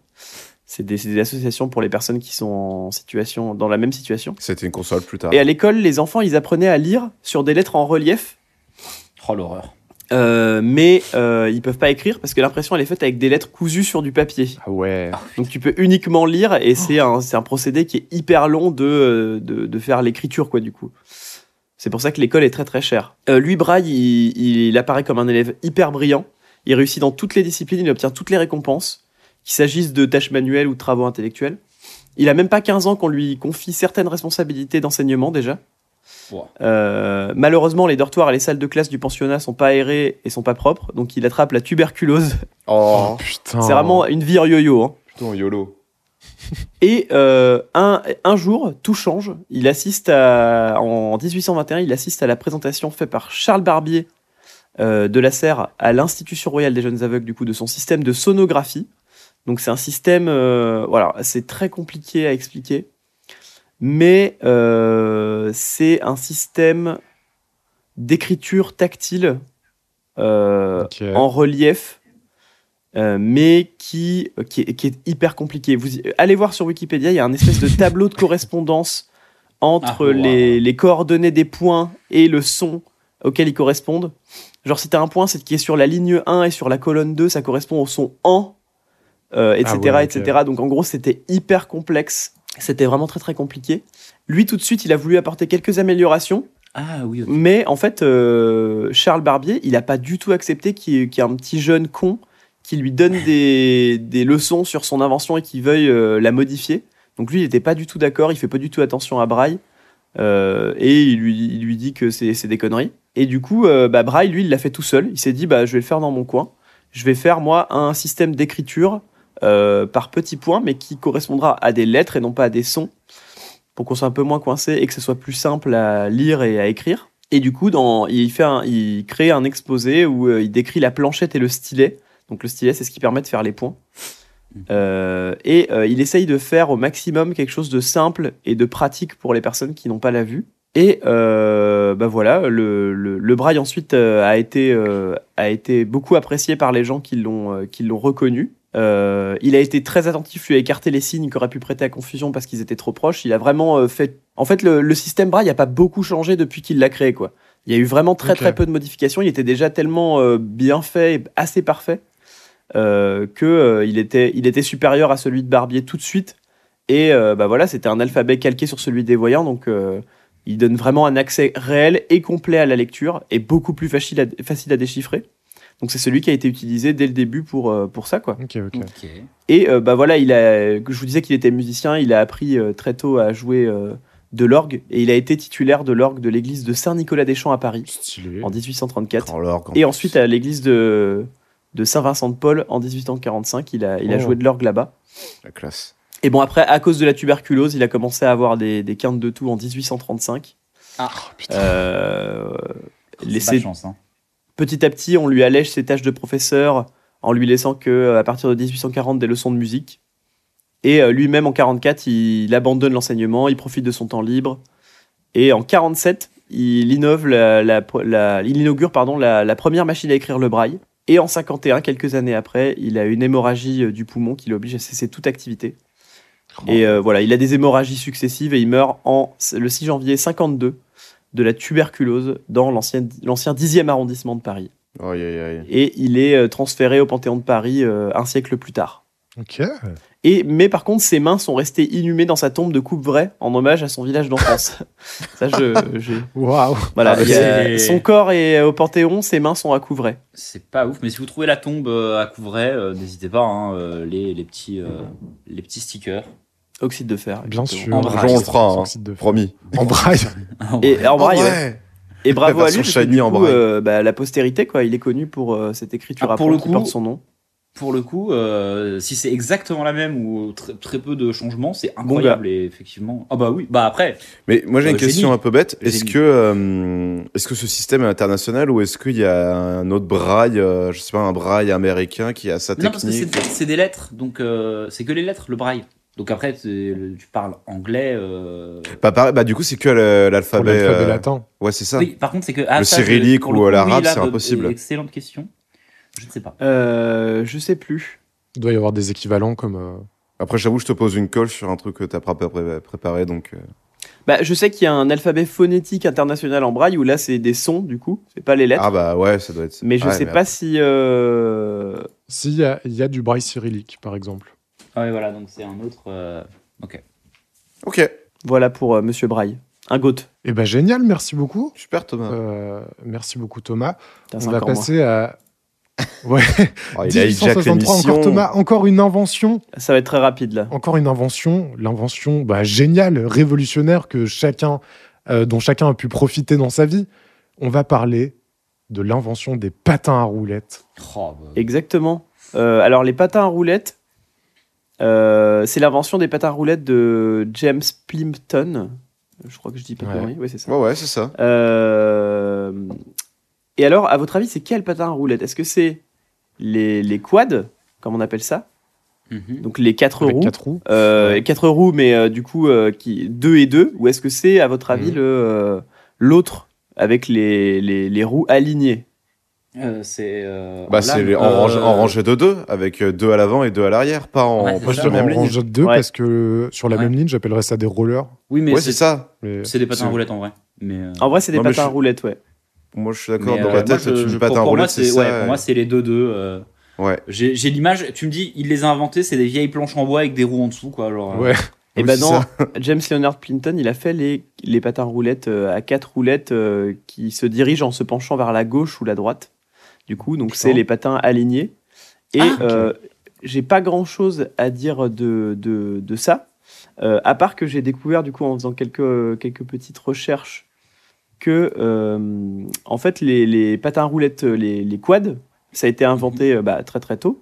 S5: c'est des, c'est des associations pour les personnes qui sont en situation dans la même situation.
S3: C'était une console plus tard.
S5: Et à l'école, les enfants, ils apprenaient à lire sur des lettres en relief,
S2: Oh l'horreur.
S5: euh, mais euh, ils peuvent pas écrire parce que l'impression elle est faite avec des lettres cousues sur du papier.
S4: Ah ouais.
S5: Donc tu peux uniquement lire et c'est un, c'est un procédé qui est hyper long de, euh, de, de faire l'écriture, quoi, du coup. C'est pour ça que l'école est très très chère. Euh, lui, Braille, il, il apparaît comme un élève hyper brillant. Il réussit dans toutes les disciplines, il obtient toutes les récompenses, qu'il s'agisse de tâches manuelles ou de travaux intellectuels. Il a même pas 15 ans qu'on lui confie certaines responsabilités d'enseignement déjà.
S2: Wow.
S5: Euh, malheureusement, les dortoirs et les salles de classe du pensionnat sont pas aérés et sont pas propres, donc il attrape la tuberculose.
S3: Oh,
S4: putain.
S5: C'est vraiment une vire yo-yo. Hein.
S3: putain, YOLO.
S5: Et euh, un, un jour, tout change. Il assiste à, en 1821, il assiste à la présentation faite par Charles Barbier euh, de la Serre à l'Institution royale des jeunes aveugles, du coup, de son système de sonographie. Donc, c'est un système, euh, voilà, c'est très compliqué à expliquer, mais euh, c'est un système d'écriture tactile euh,
S4: Ok.
S5: en relief, euh, mais qui, qui, est, qui est hyper compliqué. Vous y- allez voir sur Wikipédia, il y a un espèce de tableau de correspondance entre
S2: Ah, wow.
S5: les, les coordonnées des points et le son auquel ils correspondent. Genre, si t'as un point, c'est qui est sur la ligne 1 et sur la colonne 2, ça correspond au son en, euh, etc.,
S4: Ah ouais, ok.
S5: etc. Donc, en gros, c'était hyper complexe. C'était vraiment très, très compliqué. Lui, tout de suite, il a voulu apporter quelques améliorations.
S2: Ah oui, ok.
S5: Mais en fait, euh, Charles Barbier, il n'a pas du tout accepté qu'il y ait- qu'il y ait un petit jeune con qui lui donne des, des leçons sur son invention et qui veuille euh, la modifier. Donc lui, il n'était pas du tout d'accord, il fait pas du tout attention à Braille. euh, et il lui, il lui dit que c'est c'est des conneries. Et du coup, euh, bah, Braille, lui, il l'a fait tout seul. Il s'est dit, bah, je vais le faire dans mon coin. Je vais faire, moi, un système d'écriture euh, par petits points, mais qui correspondra à des lettres et non pas à des sons, pour qu'on soit un peu moins coincé et que ce soit plus simple à lire et à écrire. Et du coup, dans, il, fait un- il crée un exposé où euh, il décrit la planchette et le stylet. Donc le stylet, c'est ce qui permet de faire les points. Euh, et euh, il essaye de faire au maximum quelque chose de simple et de pratique pour les personnes qui n'ont pas la vue. Et euh, bah voilà, le, le, le braille ensuite euh, a, été, euh, a été beaucoup apprécié par les gens qui l'ont euh, qui l'ont reconnu. Euh, il a été très attentif, lui a écarté les signes qui auraient pu prêter à confusion parce qu'ils étaient trop proches. Il a vraiment euh, fait. En fait, le, le système braille n'a pas beaucoup changé depuis qu'il l'a créé, quoi. Il y a eu vraiment très
S4: Ok.
S5: très peu de modifications. Il était déjà tellement euh, bien fait, et assez parfait, euh, que euh, il était il était supérieur à celui de Barbier tout de suite. Et euh, bah voilà, c'était un alphabet calqué sur celui des voyants, donc. euh, il donne vraiment un accès réel et complet à la lecture et beaucoup plus facile à, facile à déchiffrer. Donc c'est celui qui a été utilisé dès le début pour, euh, pour ça. Quoi.
S4: Ok, ok.
S2: Ok.
S5: Et euh, bah voilà, il a, je vous disais qu'il était musicien, il a appris euh, très tôt à jouer euh, de l'orgue et il a été titulaire de l'orgue de l'église de Saint-Nicolas-des-Champs à Paris
S4: Stylé.
S5: en 1834.
S3: Prends l'orgue, en
S5: Et
S3: plus.
S5: ensuite à l'église de, de Saint-Vincent-de-Paul en 1845, il a, il a
S4: Oh.
S5: joué de l'orgue là-bas.
S3: La classe.
S5: Et bon, après, à cause de la tuberculose, il a commencé à avoir des, des quintes de tout en 1835.
S2: Ah,
S5: Euh,
S2: C'est
S5: laissé-
S2: pas de chance, hein.
S5: petit à petit, on lui allège ses tâches de professeur en lui laissant que, euh, à partir de 1840, des leçons de musique. Et euh, lui-même, en 44, il, il abandonne l'enseignement, il profite de son temps libre. Et en 47, il innove la, la- la- il inaugure pardon la, la première machine à écrire le braille. Et en 51, quelques années après, il a une hémorragie euh, du poumon qui l'oblige à cesser toute activité. Et euh, voilà, il a des hémorragies successives et il meurt en, le 6 janvier 52 de la tuberculose dans l'ancien l'ancien 10e arrondissement de Paris.
S3: Aïe, aïe, aïe.
S5: Et il est euh, transféré au Panthéon de Paris euh, un siècle plus tard.
S4: Ok.
S5: Et, mais par contre, ses mains sont restées inhumées dans sa tombe de coupe vraie en hommage à son village d'enfance. Ça, je, j'ai-
S4: Waouh.
S5: voilà.
S2: Ah,
S5: il y a-
S2: c'est-
S5: son corps est euh, au Panthéon, ses mains sont à couvray.
S2: C'est pas ouf, mais si vous trouvez la tombe euh, à Couvray, euh, n'hésitez pas, hein, euh, les, les, petits, euh, les petits stickers.
S5: Oxyde de fer.
S4: Bien
S5: exactement.
S4: sûr.
S2: En braille,
S3: on le fera, hein.
S4: Site de-
S3: Promis. Ah
S4: En braille.
S5: Et, en braille, ouais. Et bravo
S3: La
S5: à lui.
S3: version
S5: parce que du
S3: shiny en
S5: coup,
S3: braille.
S5: euh, bah, la postérité, quoi. Il est connu pour euh, cette écriture
S2: Ah,
S5: à
S2: pour
S5: point
S2: le
S5: qui
S2: coup-
S5: porte son nom.
S2: Pour le coup, euh, si c'est exactement la même ou très, très peu de changements, c'est incroyable. Et effectivement. Ah bah oui, bah après.
S3: Mais moi j'ai une
S2: Euh,
S3: question
S2: génie.
S3: un peu bête. Est-ce
S2: Génie.
S3: que, euh, est-ce que ce système est international ou est-ce qu'il y a un autre braille, euh, je sais pas, un braille américain qui a sa
S2: Non, parce que
S3: technique
S2: c'est c'est des lettres, donc euh, c'est que les lettres, le braille. Donc après, c'est- tu parles anglais. euh,
S3: bah, pareil, bah, du coup c'est que le-
S4: Pour
S3: l'alphabet.
S4: l'alphabet
S3: euh,
S4: latin.
S3: Ouais c'est ça.
S2: Oui, par contre, c'est que. ah,
S3: Le
S2: ça, je-
S3: cyrillique
S2: pour le
S3: ou
S2: coup, oui,
S3: l'arabe,
S2: là,
S3: c'est
S2: bah,
S3: impossible.
S2: Excellente question. Je ne sais pas.
S5: Euh, je sais plus.
S4: Il doit y avoir des équivalents comme. euh,
S3: Après j'avoue je te pose une colle sur un truc que t'as pas pré- pré- préparé donc. euh,
S5: Bah, je sais qu'il y a un alphabet phonétique international en braille où là, c'est des sons, du coup. C'est pas les lettres.
S3: Ah bah ouais ça doit être.
S5: Mais je
S4: Ah
S3: ouais,
S5: sais pas si. euh,
S4: S'il y, a- il y a du braille cyrillique, par exemple.
S2: Ah oui, voilà, donc c'est un autre. euh,
S3: Ok
S5: Voilà pour euh, Monsieur Braille. Un goat.
S4: Eh ben génial, merci beaucoup.
S3: super Thomas.
S4: Euh, merci beaucoup Thomas.
S5: T'as
S4: On
S5: Ah. cinq
S4: va
S5: ans, moi.
S4: passer à
S3: Oh, il a hijack
S4: 1863 encore
S3: l'émission.
S4: Thomas, encore une invention,
S5: Ça va être très rapide là.
S4: encore une invention, l'invention bah, géniale, révolutionnaire que chacun, euh, dont chacun a pu profiter dans sa vie. On va parler de l'invention des patins à roulettes.
S2: oh, bah,
S5: Exactement. Euh, alors, les patins à roulettes, euh, c'est l'invention des patins à roulettes de James Plimpton. Je crois que je dis pas de
S4: Ouais. Oh.
S5: conneries. Oui, c'est ça.
S3: Ouais ouais c'est ça.
S5: Euh, Et alors, à votre avis, c'est quel patin à roulettes Est-ce que c'est les, les quads, comme on appelle ça
S2: mhm.
S5: Donc les quatre
S4: Avec
S5: roues
S4: quatre roues.
S5: Euh,
S4: Ouais.
S5: quatre
S3: Mmh.
S5: roues, mais euh, du coup, euh, qui, deux et deux, ou est-ce que c'est, à votre avis,
S4: Mhm.
S5: le, euh, l'autre avec les, les, les roues alignées.
S2: Euh, c'est. euh,
S3: Bah,
S2: en
S3: c'est
S2: lame,
S3: les- en, range-
S2: euh,
S3: en rangée de deux, avec euh, deux à l'avant et deux à l'arrière, pas en
S2: Ouais, c'est
S3: pas sur
S2: ça.
S3: la même
S4: en
S3: ligne.
S4: jette deux
S5: Ouais.
S4: parce que sur la
S2: Ouais.
S4: même ligne, j'appellerais ça des rollers.
S2: Oui, mais
S3: Ouais,
S2: c'est
S3: c'est ça.
S4: mais-
S2: C'est des patins
S3: C'est-
S2: à roulettes en vrai. Mais euh,
S5: En vrai, c'est des
S3: Ouais, mais
S5: patins à
S3: je-
S5: roulettes, ouais.
S3: Moi, je suis d'accord.
S2: mais,
S3: Dans
S2: euh,
S3: ma tête,
S2: moi, je-
S3: tu
S2: je-
S3: me pattes
S2: pour-
S3: un
S2: pour moi,
S3: rouleau,
S2: c'est-
S3: c'est ça.
S2: ouais, pour moi, c'est les deux deux. euh,
S3: Ouais.
S2: J'ai j'ai l'image. Tu me dis, il les a inventés. C'est des vieilles planches en bois avec des roues en dessous, quoi. Genre, euh,
S4: Ouais.
S5: Et
S3: Oui,
S5: ben
S3: c'est
S5: non,
S3: ça.
S5: James Leonard Plinton, il a fait les, les patins roulettes euh, à quatre roulettes euh, qui se dirigent en se penchant vers la gauche ou la droite. Du coup, donc c'est
S2: D'accord.
S5: les patins alignés. Et
S2: Ah, ok.
S5: euh, j'ai pas grand chose à dire de, de, de ça, euh, à part que j'ai découvert, du coup, en faisant quelques, quelques petites recherches, que euh, en fait, les, les patins roulettes, euh, les, les quads, ça a été
S3: Mhm.
S5: inventé euh, bah, très très tôt.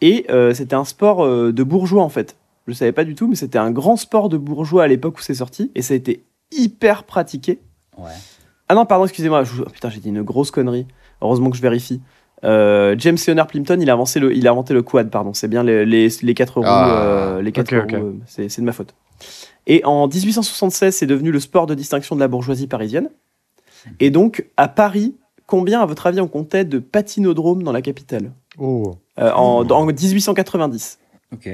S5: Et euh, c'était un sport euh, de bourgeois, en fait. Je savais pas du tout, mais c'était un grand sport de bourgeois à l'époque où c'est sorti. Et ça a été hyper pratiqué.
S2: Ouais.
S5: Ah non, pardon, excusez-moi. je- oh, putain, j'ai dit une grosse connerie. Heureusement que je vérifie. Euh, James Leonard Plimpton, il a, avancé le, il a inventé le quad, pardon. C'est bien les, les, les quatre roues.
S3: Ah,
S5: euh, les quatre
S4: ok, ok.
S5: roues, euh, c'est, c'est de ma faute. Et en 1876, c'est devenu le sport de distinction de la bourgeoisie parisienne. Et donc, à Paris, combien, à votre avis, on comptait de patinodromes dans la capitale
S4: Oh,
S5: Euh, en,
S2: Mmh.
S5: dans- en 1890,
S2: Ok.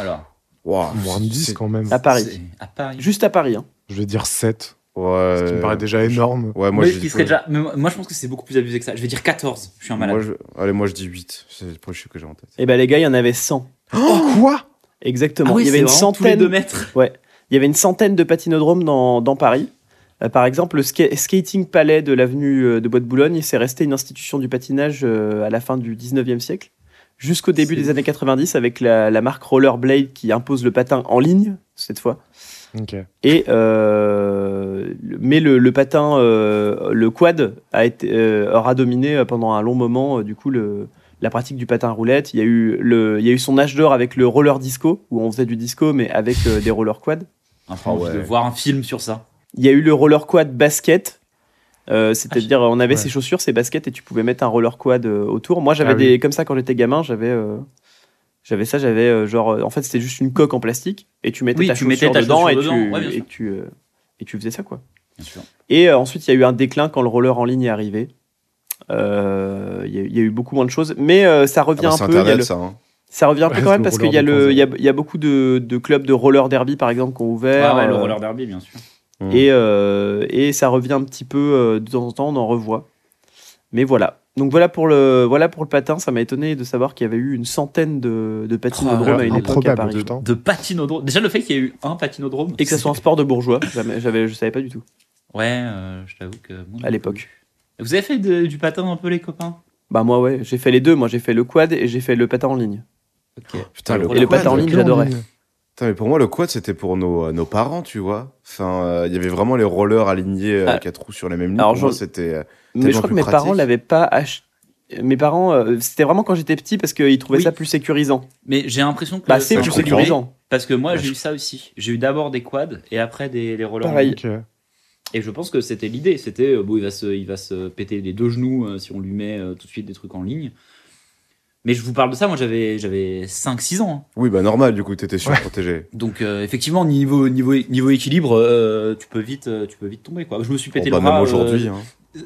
S2: Alors.
S3: Waouh,
S4: moins de 10
S3: c'est-
S4: quand même.
S5: à Paris.
S2: c'est- À Paris.
S5: Juste à Paris. hein.
S4: Je vais dire 7,
S3: Ouais.
S4: ce qui me paraît déjà énorme.
S3: euh, Ouais, moi,
S2: mais
S3: je
S2: qui
S3: dis-
S2: serait déjà. mais moi, je pense que c'est beaucoup plus abusé que ça. Je vais dire 14. Je suis un malade.
S3: Moi, je- Allez, moi, je dis 8. C'est le prochain que j'ai en tête.
S5: Eh ben les gars, il y en avait 100.
S4: Oh, quoi
S5: Exactement.
S2: Ah oui,
S5: il y avait
S2: c'est
S5: une
S2: vraiment tous les
S5: centaine.
S2: deux mètres.
S5: Il y avait une centaine de patinodromes dans, dans Paris. Euh, par exemple, le ska- skating palais de l'avenue euh, de Bois de Boulogne, c'est resté une institution du patinage euh, à la fin du 19e siècle, jusqu'au début
S2: C'est
S5: des
S2: ouf.
S5: années 90 avec la, la marque Rollerblade qui impose le patin en ligne cette fois.
S4: Ok.
S5: Et euh, le- mais le, le patin, euh, le quad a été, euh, aura dominé pendant un long moment euh, du coup le, la pratique du patin roulette. Il y a eu le, il y a eu son âge d'or avec le roller disco où on faisait du disco mais avec euh, des roller quad.
S2: Enfin,
S3: Ah
S2: envie de
S3: ouais.
S2: voir un film sur ça.
S5: Il y a eu le roller quad basket. Euh, C'est-à-dire, on avait
S2: Ah,
S4: Ouais.
S5: ses chaussures, ses baskets, et tu pouvais mettre un roller quad euh, autour. Moi, j'avais
S4: Ah oui.
S5: des comme ça quand j'étais gamin. J'avais, euh, j'avais ça. J'avais euh, genre, euh, en fait, c'était juste une coque en plastique, et tu mettais
S2: Oui,
S5: ta
S2: tu
S5: chaussure
S2: mettais ta
S5: dedans,
S2: chaussure
S5: et,
S2: dedans,
S5: tu,
S2: ouais, bien
S5: et
S2: sûr.
S5: tu, euh, et tu faisais ça quoi.
S2: Bien sûr.
S5: Et euh, ensuite, il y a eu un déclin quand le roller en ligne est arrivé. Euh, Il y, a- il y a eu beaucoup moins de choses, mais euh, ça
S3: Ah
S5: revient
S3: bah,
S5: un
S3: c'est
S5: peu. il y a
S3: Internet,
S5: le-
S3: ça. hein.
S5: ça revient un peu
S4: Ouais,
S5: quand même
S4: le
S5: parce qu'il
S4: roller
S5: y a le,
S4: 2.0.
S5: il y a, il y a beaucoup de, de clubs de roller derby par exemple qui ont ouvert.
S2: Ah ouais, le
S5: euh,
S2: roller derby, bien sûr.
S5: et, euh, et ça revient un petit peu euh, de temps en temps, on en revoit. Mais voilà. Donc voilà pour le, voilà pour le patin. Ça m'a étonné de savoir qu'il y avait eu une centaine de, de patinodromes
S2: Oh,
S5: à une époque à
S4: Improbable,
S5: Paris.
S4: putain.
S2: De patinodrome. Déjà, le fait qu'il y ait eu un patinodrome.
S5: Et que ça soit un sport de bourgeois, jamais, j'avais, je savais pas du tout
S2: Ouais, euh, je t'avoue que. moi,
S5: à l'époque.
S2: Vous avez fait de- du patin un peu, les copains
S5: Bah moi ouais, j'ai fait les deux. Moi j'ai fait le quad et j'ai fait le patin en ligne.
S2: Ok.
S3: Putain, le
S2: Et le
S3: quad.
S5: patin en ligne, j'adorais.
S3: Putain, mais pour moi, le quad, c'était pour nos, euh, nos parents, tu vois. Enfin, euh, il y avait vraiment les rollers alignés euh,
S5: Ah.
S3: quatre roues sur les mêmes lignes.
S5: Alors,
S3: Pour moi,
S5: je-
S3: c'était. euh,
S5: Mais je
S3: Tellement
S5: crois que
S3: plus
S5: mes
S3: pratique.
S5: parents l'avaient pas acheté. Mes parents, euh, c'était vraiment quand j'étais petit parce qu'ils trouvaient
S2: Oui.
S5: ça plus sécurisant.
S2: Mais j'ai l'impression que.
S5: Bah, c'est
S2: ça
S5: plus
S2: a évolué,
S5: sécurisant.
S2: Parce que moi,
S3: Bah,
S2: j'ai
S3: je-
S2: eu ça aussi. J'ai eu d'abord des quads et après des les rollers.
S5: Pareil.
S4: Ok.
S2: Et je pense que c'était l'idée. C'était, euh, bon, il va, se, il va se péter les deux genoux euh, si on lui met euh, tout de suite des trucs en ligne. Mais je vous parle de ça, moi j'avais, j'avais 5-6 ans. hein.
S3: Oui, bah normal, du coup, t'étais surprotégé.
S2: Donc euh, effectivement, niveau, niveau, niveau équilibre, euh, tu, peux vite, euh, tu peux vite tomber. Quoi. Je me suis pété
S3: Bon,
S2: le
S3: bah,
S2: bras.
S3: même
S5: euh,
S3: aujourd'hui, hein.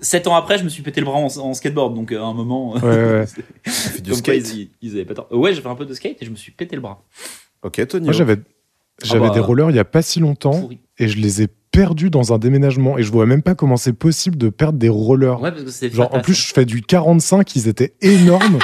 S2: 7 ans après, je me suis pété le bras en, en skateboard. Donc euh, à un moment, euh,
S4: Ouais, ouais.
S3: tu fais du
S2: comme quoi,
S3: skate.
S2: ils, ils avaient pas tort. Euh, ouais, j'ai fait un peu de skate et je me suis pété le bras.
S3: Ok, Tony.
S4: Moi, j'avais j'avais
S2: bah.
S4: des rollers il y a pas si longtemps
S2: Pourri.
S4: et je les ai perdus dans un déménagement et je vois même pas comment c'est possible de perdre des rollers.
S2: Ouais, parce que c'est
S4: Genre, en
S2: fatal,
S4: plus, je fais du 45, ils étaient énormes.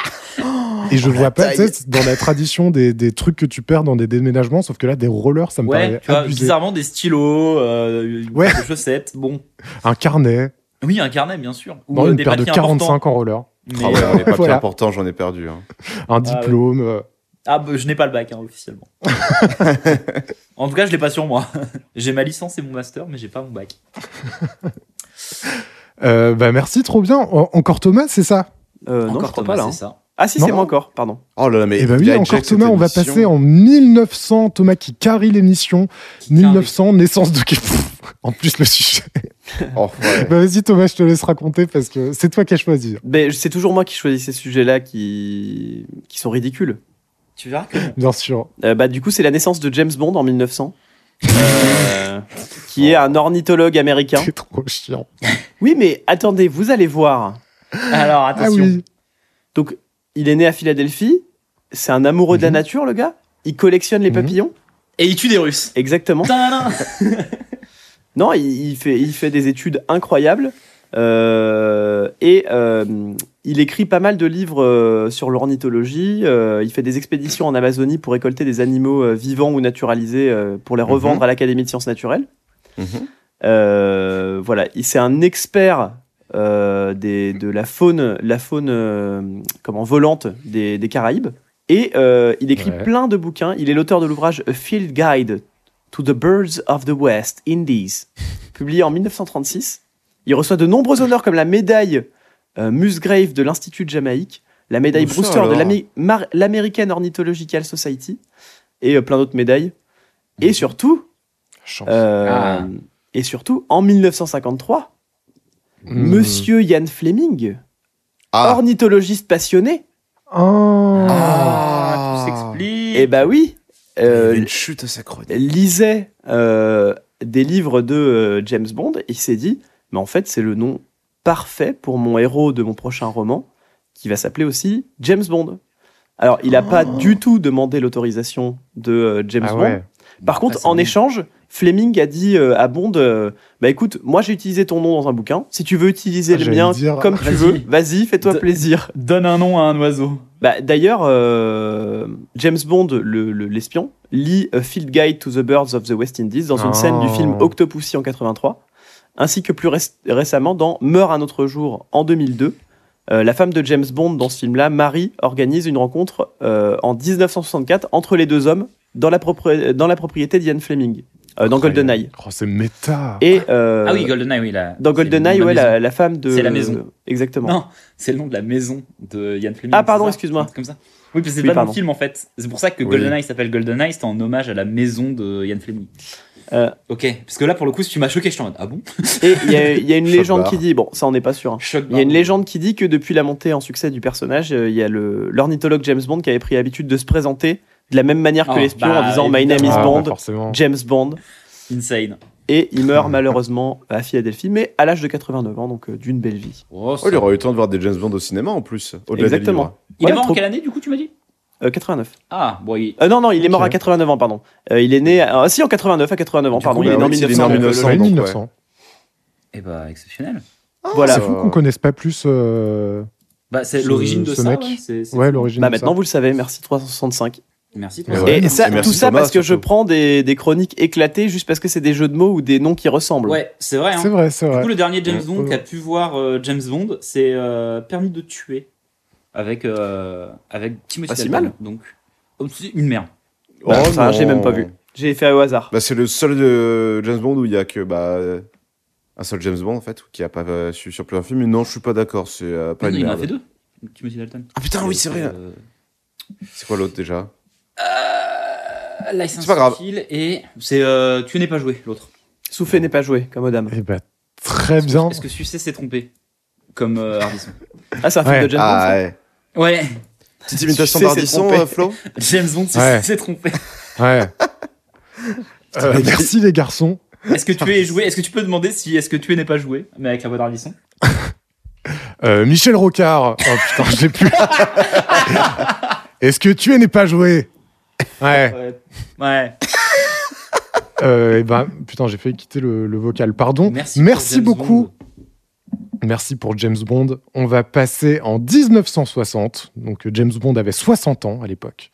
S2: Oh,
S4: Et je vois pas, tu sais, dans la tradition des, des trucs que tu perds dans des déménagements, sauf que là, des rollers, ça me
S2: Ouais, tu
S4: paraît
S2: vois,
S4: abusé.
S2: bizarrement des stylos, euh,
S4: Ouais.
S2: des chaussettes, bon.
S4: Un carnet,
S2: Oui, un carnet, bien sûr. Ou
S4: non,
S2: euh,
S4: une
S2: des
S4: paire de
S2: papiers importants.
S4: 45 en roller,
S2: Mais,
S3: Ah ouais,
S2: euh,
S3: les papiers
S4: Voilà.
S3: importants, j'en ai perdu. hein.
S4: un
S2: ouais.
S4: diplôme. euh,
S2: Ah, bah, je n'ai pas le bac, hein, officiellement. en tout cas, je l'ai pas sur moi. J'ai ma licence et mon master, mais j'ai pas mon bac.
S4: euh, bah merci, trop bien. En- encore Thomas, c'est ça
S5: Euh, non, je
S2: Encore
S5: crois
S2: Thomas,
S5: pas là.
S2: c'est ça.
S5: hein. Ah si,
S4: Non.
S5: c'est moi encore. Pardon.
S3: Oh là là, mais.
S4: Eh ben oui,
S3: il a
S4: encore
S3: jack cette
S4: Thomas, on va
S3: émission.
S4: passer en 1900. Thomas qui carie l'émission.
S2: Qui-
S4: 1900, naissance de... en plus, le sujet.
S3: Oh, ouais.
S4: Bah vas-y, Thomas, je te laisse raconter parce que c'est toi qui as choisi.
S5: Ben, c'est toujours moi qui choisis ces sujets-là qui, qui sont ridicules.
S2: Tu verras que.
S4: Bien sûr.
S5: Euh, bah, du coup, c'est la naissance de James Bond en 1900, euh, qui est un ornithologue américain
S4: C'est trop chiant.
S5: Oui, mais attendez, vous allez voir. Alors,
S4: Ah
S5: attention.
S4: oui.
S5: Donc, il est né à Philadelphie. C'est un amoureux de la
S4: Mhm.
S5: nature, le gars. Il collectionne les
S4: Mhm.
S5: papillons.
S2: Et il tue des Russes.
S5: Exactement.
S2: Tadam
S5: Non, il, il fait, il fait des études incroyables. euh, et euh, il écrit pas mal de livres euh, sur l'ornithologie. euh, il fait des expéditions en Amazonie pour récolter des animaux euh, vivants ou naturalisés euh, pour les
S3: Mhm.
S5: revendre à l'Académie de sciences naturelles.
S3: Mhm.
S5: Euh, voilà, il- c'est un expert euh, des, de la faune, la faune euh, comment, volante des, des Caraïbes. Et euh, il écrit
S4: Ouais.
S5: plein de bouquins. Il est l'auteur de l'ouvrage A Field Guide to the Birds of the West Indies, publié en 1936. Il reçoit de nombreux honneurs comme la médaille euh, Musgrave de l'Institut de Jamaïque, la médaille
S3: Bon, ça,
S5: Brewster de
S3: alors.
S5: l'Amé- Mar- l'American Ornithological Society et euh, plein d'autres médailles. Et surtout,
S4: Chance.
S5: euh,
S2: Ah.
S5: Et surtout, en 1953,
S4: Mm.
S5: Monsieur Ian Fleming,
S3: Ah,
S5: ornithologiste passionné,
S4: Oh.
S2: Ah, tout s'explique.
S5: eh bah oui, euh,
S3: une chute à sa chronique.
S5: lisait euh, des livres de euh, James Bond et il s'est dit, mais en fait, c'est le nom parfait pour mon héros de mon prochain roman, qui va s'appeler aussi James Bond. Alors, il n'a pas du tout demandé l'autorisation de euh, James
S4: Ah
S5: Bond.
S4: ouais.
S5: Par contre,
S2: Ah, c'est
S5: en
S2: bon.
S5: échange, Fleming a dit euh, à Bond euh, Bah écoute, moi j'ai utilisé ton nom dans un bouquin. Si tu veux utiliser
S4: Ah,
S5: le
S4: j'allais
S5: mien
S4: dire.
S5: comme tu
S2: Vas-y.
S5: veux, vas-y, fais-toi
S2: De-
S5: plaisir.
S2: Donne un nom à un oiseau.
S5: Bah, D'ailleurs, euh, James Bond, l'espion, le, l'espion, lit A Field Guide to the Birds of the West Indies dans une
S4: Oh.
S5: scène du film Octopussy en 83, ainsi que plus réc- récemment dans Meurt un autre jour en 2002. Euh, la femme de James Bond dans ce film-là, Marie, organise une rencontre euh, en 1964 entre les deux hommes dans la, propri- dans la propriété d'Ian Fleming, euh, dans GoldenEye.
S4: Oh, c'est méta.
S5: Et, euh,
S2: Ah oui, GoldenEye, oui. la-
S5: dans
S2: c'est le nom de
S5: GoldenEye, ouais,
S2: maison.
S5: la, la femme de.
S2: C'est la maison.
S5: Exactement.
S2: Non, c'est le nom de la maison de Ian Fleming.
S5: Ah,
S2: c'est
S5: pardon,
S2: ça
S5: excuse-moi.
S2: Comme ça. Oui, parce que c'est
S5: Oui,
S2: pas dans
S5: pardon.
S2: le film en fait. C'est pour ça que
S3: Oui.
S2: GoldenEye s'appelle GoldenEye, c'était en hommage à la maison de Ian Fleming.
S5: Euh.
S2: Ok, parce que là pour le coup, si tu m'as choqué, je suis en mode Ah bon
S5: Et il y a, il y a une
S3: Choc
S5: légende
S3: barre.
S5: qui dit. Bon, ça, on n'est pas sûr. hein.
S2: Choc.
S5: Il y a une légende qui dit que depuis la montée en succès du personnage, euh, il y a le- l'ornithologue James Bond qui avait pris l'habitude de se présenter de la même manière que
S2: Oh,
S5: l'espion
S2: bah,
S5: en disant My name
S4: Ah,
S5: is
S4: bah,
S5: Bond,
S4: forcément.
S5: James Bond.
S2: Insane.
S5: Et il meurt malheureusement à Philadelphie, mais à l'âge de 89 ans, donc euh, d'une belle vie.
S2: Oh, ça-
S3: Oh, il aurait eu le temps de voir des James Bond au cinéma en plus. Au-delà des
S5: Exactement.
S3: livres.
S2: Il est
S5: Voilà,
S2: mort en
S5: trop-
S2: quelle année du coup, tu m'as dit
S5: Euh, 89.
S2: Ah, bon, il.
S5: Euh, non, non, il est mort
S4: Ok.
S5: à 89 ans, pardon. Euh, il est né. à- Ah, si, en 89, à 89 ans,
S2: Du
S5: pardon.
S2: coup,
S5: il est né en
S3: oui, il est né en
S5: 1900.
S3: 1900,
S4: Ouais,
S3: donc,
S4: 1900.
S2: Eh bah, exceptionnel.
S5: Voilà.
S4: Ah,
S5: Bah,
S4: C'est fou qu'on connaisse pas plus. euh,
S2: Bah, c'est
S4: Ce-
S2: l'origine de
S4: ce
S2: ça.
S4: mec.
S2: Ouais, c'est- c'est-
S4: Ouais, l'origine.
S5: Bah
S4: de ça.
S5: maintenant vous le savez, merci 365.
S2: Merci.
S4: Mais
S2: Thomas.
S4: ouais.
S5: et ça,
S3: Et merci
S5: tout ça
S3: Thomas,
S5: parce que je
S3: surtout.
S5: prends des, des chroniques éclatées juste parce que c'est des jeux de mots ou des noms qui ressemblent.
S2: Ouais, c'est vrai. hein.
S4: C'est vrai, c'est
S2: Du coup,
S4: vrai.
S2: le dernier James
S4: Mm.
S2: Bond qu'a pu voir euh, James Bond, c'est euh, Permis de tuer avec euh, avec Timothy
S5: Pas si
S2: Dalton.
S5: mal.
S2: Donc oh, c'est une merde.
S3: Oh,
S5: Bah, ça, j'ai
S3: non.
S5: même pas vu. J'ai fait au hasard.
S3: Bah, c'est le seul de James Bond où il y a que bah, un seul James Bond en fait qui a pas euh, su sur plusieurs films. Mais non, je suis pas d'accord. C'est euh, pas une
S2: il en a
S3: merde.
S2: fait deux. Timothy Dalton.
S3: Ah putain, oui, c'est vrai.
S2: Euh,
S3: C'est quoi l'autre déjà
S2: euh, License
S3: C'est pas grave.
S2: to Kill et c'est euh, tu n'es pas joué l'autre.
S5: Soufflé n'est pas joué, comme Odam.
S4: Eh bah, très bien.
S2: Est-ce que Sucé s'est trompé comme euh, Hardisson
S5: Ah, c'est un film
S4: Ouais.
S5: de James Bond,
S3: Ah
S5: ça
S3: ouais.
S2: Ouais,
S3: Petite imitation
S5: Tu sais, c'est
S3: d'Ardisson,
S5: trompé.
S3: euh, Flo
S2: James Bond s'est
S4: Ouais.
S2: s'est trompé.
S4: Ouais. Euh, merci les garçons.
S2: Est-ce que tu es joué Est-ce que tu peux demander si est-ce que tu es n'est pas joué mais avec la voix d'Ardisson
S4: Euh, Michel Rocard. Oh putain, je l'ai plus. Est-ce que tu es n'est pas joué Ouais.
S2: Ouais. Ouais.
S4: Euh, eh ben, putain, j'ai failli quitter le, le vocal. Pardon.
S2: pour James
S4: beaucoup.
S2: Bond.
S4: Merci pour James Bond. On va passer en 1960. Donc euh, James Bond avait 60 ans à l'époque.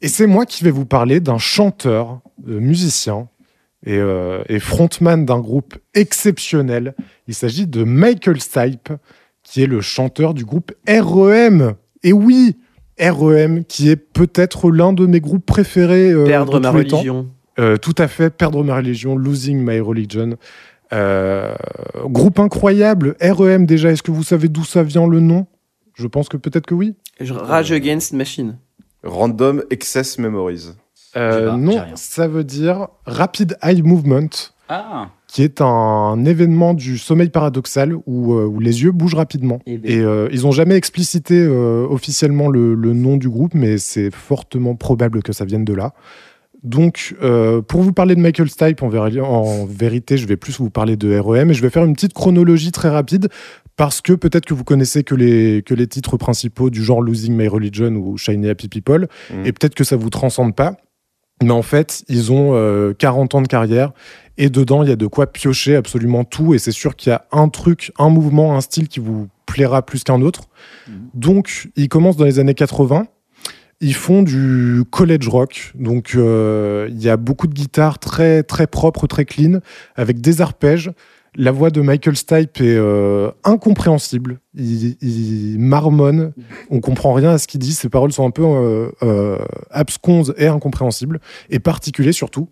S4: Et c'est moi qui vais vous parler d'un chanteur, euh, musicien et, euh, et frontman d'un groupe exceptionnel. Il s'agit de Michael Stipe, qui est le chanteur du groupe REM. Et oui, REM, qui est peut-être l'un de mes groupes préférés euh,
S5: Perdre
S4: de
S5: ma
S4: tous les temps.
S5: religion.
S4: Euh, tout à fait, perdre ma religion, losing my religion. Euh, groupe incroyable, REM déjà, est-ce que vous savez d'où ça vient le nom Je pense que peut-être que oui.
S5: Je rage against machine.
S3: Random Excess Memories.
S4: Euh,
S2: J'ai pas- j'ai
S4: non,
S2: rien.
S4: ça veut dire Rapid Eye Movement,
S2: Ah.
S4: qui est un événement du sommeil paradoxal où, euh, où les yeux bougent rapidement.
S2: Eh ben.
S4: Et euh, ils n'ont jamais explicité euh, officiellement le, le nom du groupe, mais c'est fortement probable que ça vienne de là. Donc, euh, pour vous parler de Michael Stipe, en, véri- en vérité, je vais plus vous parler de REM et je vais faire une petite chronologie très rapide parce que peut-être que vous connaissez que les, que les titres principaux du genre Losing My Religion ou Shiny Happy People
S3: Mm.
S4: et peut-être que ça vous transcende pas. Mais en fait, ils ont euh, 40 ans de carrière et dedans, il y a de quoi piocher absolument tout. Et c'est sûr qu'il y a un truc, un mouvement, un style qui vous plaira plus qu'un autre.
S2: Mhm.
S4: Donc, ils commencent dans les années 80. Ils font du college rock. Donc, euh, il y a beaucoup de guitares très, très propres, très clean, avec des arpèges. La voix de Michael Stipe est euh, incompréhensible. Il, il marmonne. On comprend rien à ce qu'il dit. Ses paroles sont un peu euh, euh, absconses et incompréhensibles, et particuliers surtout.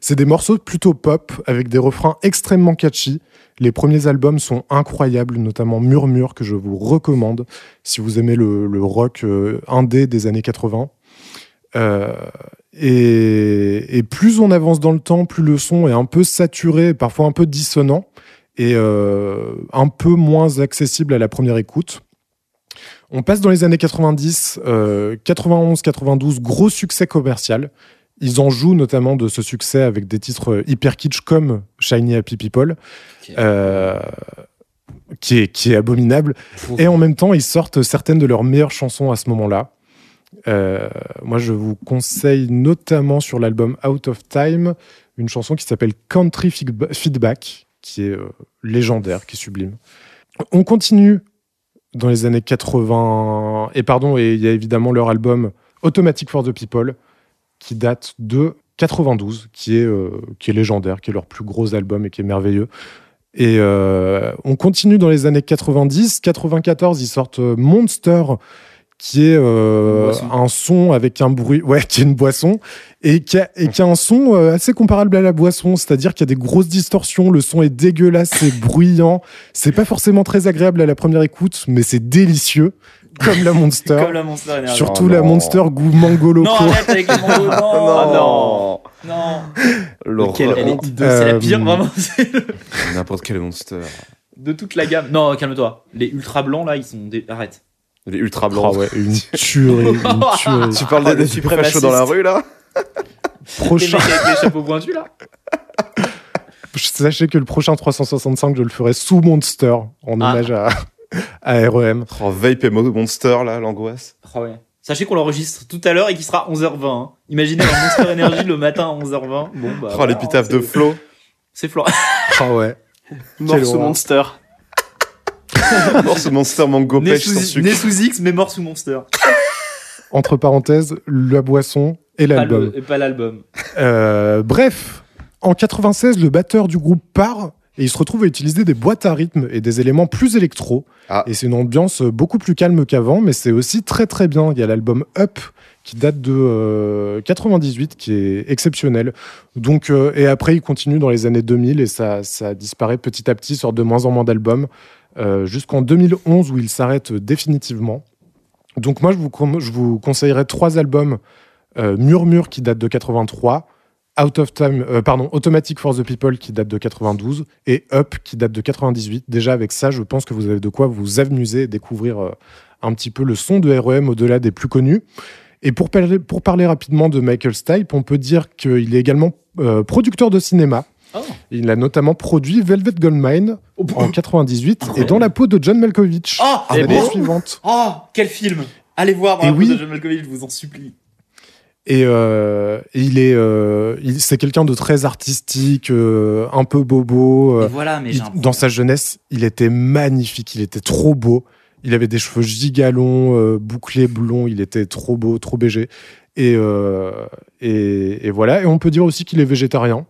S4: C'est des morceaux plutôt pop avec des refrains extrêmement catchy. Les premiers albums sont incroyables, notamment Murmure que je vous recommande si vous aimez le, le rock euh, indé des années 80. Euh, et, et plus on avance dans le temps, plus le son est un peu saturé, parfois un peu dissonant et euh, un peu moins accessible à la première écoute. On passe dans les années 90, 91-92, gros succès commercial. Ils en jouent notamment de ce succès avec des titres hyper kitsch comme Shiny Happy People,
S2: Ok.
S4: euh, qui, est, qui est abominable. Et en même temps, ils sortent certaines de leurs meilleures chansons à ce moment-là. Euh, moi, je vous conseille notamment sur l'album Out of Time une chanson qui s'appelle Country Feedba- Feedback, qui est euh, légendaire, qui est sublime. On continue dans les années 80. Et pardon, et il y a évidemment leur album Automatic for the People, qui date de 92, qui est, euh, qui est légendaire, qui est leur plus gros album et qui est merveilleux. Et euh, on continue dans les années 90. 94, ils sortent euh, Monster, qui est euh,
S2: Une boisson.
S4: un son avec un bruit, ouais, qui est une boisson, et qui a, et qui a un son euh, assez comparable à la boisson, c'est-à-dire qu'il y a des grosses distorsions, le son est dégueulasse, c'est bruyant, c'est pas forcément très agréable à la première écoute, mais c'est délicieux, comme la Monster.
S2: Comme la Monster Energy.
S4: Surtout
S3: Oh
S4: la
S3: non.
S4: Monster goût mango loco.
S2: Non, arrête avec les mangots. Non,
S3: Oh
S2: non,
S3: non
S5: Quel-
S3: L'horreur.
S2: Elle est hideuse, c'est la pire,
S4: Euh,
S2: vraiment. c'est le-
S3: N'importe quel monster.
S2: De toute la gamme. Non, calme-toi. Les ultra blancs, là, ils sont. Des... Arrête.
S3: Les ultra
S4: Ah
S3: blancs.
S4: ouais, une tuerie, une tuerie.
S3: Tu parles
S2: Oh,
S3: des-
S2: le
S3: des super
S2: suprémaciste.
S3: chauds dans la rue là
S2: Les
S4: Prochain,
S2: mecs avec les chapeaux pointus, là.
S4: sachez que le prochain 365, je le ferai sous Monster, en
S2: Ah.
S4: hommage à, à E REM.
S3: Oh, vape et mo- monster là, l'angoisse.
S2: Ah ouais. Sachez qu'on l'enregistre tout à l'heure et qu'il sera 11h20. hein. Imaginez un Monster Energy le matin à 11h20. Bon, bah.
S3: oh,
S2: voilà,
S3: l'épitaphe
S2: hein,
S3: de
S2: c'est-
S3: Flo.
S2: C'est Florent.
S4: Ah ouais.
S5: Morceau
S4: horreur.
S5: Monster.
S3: Mort ce monster mango
S2: Né
S3: pêche sans
S2: sous,
S3: sucre.
S2: né sous X, mais mort sous Monster.
S4: Entre parenthèses, la boisson et
S2: Pas
S4: l'album.
S2: le- et Pas l'album.
S4: Euh, bref, en 96, le batteur du groupe part et il se retrouve à utiliser des boîtes à rythme et des éléments plus électro.
S3: Ah.
S4: Et c'est une ambiance beaucoup plus calme qu'avant, mais c'est aussi très très bien. Il y a l'album Up qui date de euh, 98, qui est exceptionnel. Donc, euh, et après, il continue dans les années 2000 et ça, ça disparaît petit à petit, sort de moins en moins d'albums, euh, jusqu'en 2011 où il s'arrête définitivement. Donc moi, je vous, con- je vous conseillerais trois albums. euh, Murmure qui date de 83, Out of Time, euh, pardon, Automatic for the People qui date de 92 et Up qui date de 98. Déjà avec ça, je pense que vous avez de quoi vous amuser et découvrir euh, un petit peu le son de REM au-delà des plus connus. Et pour parler, pour parler rapidement de Michael Stipe, on peut dire qu'il est également euh, producteur de cinéma.
S2: Oh.
S4: Il a notamment produit Velvet Goldmine
S2: Oh,
S4: en 98 et dans la peau de John Malkovich.
S2: Oh,
S4: L'année
S2: bon
S4: suivante.
S2: Oh, quel film Allez voir dans
S4: Ah, Et
S2: la
S4: oui.
S2: oui. de John Malkovich, je vous en supplie.
S4: Et euh, il est, euh, il- c'est quelqu'un de très artistique, euh, un peu bobo. euh,
S2: Et voilà, mais
S4: il-
S2: j'ai un
S4: dans sa jeunesse, il était magnifique, il était trop beau. Il avait des cheveux gigalons, euh, bouclés, blonds. Il était trop beau, trop bégé. Et, euh, et, et voilà. Et on peut dire aussi qu'il est végétarien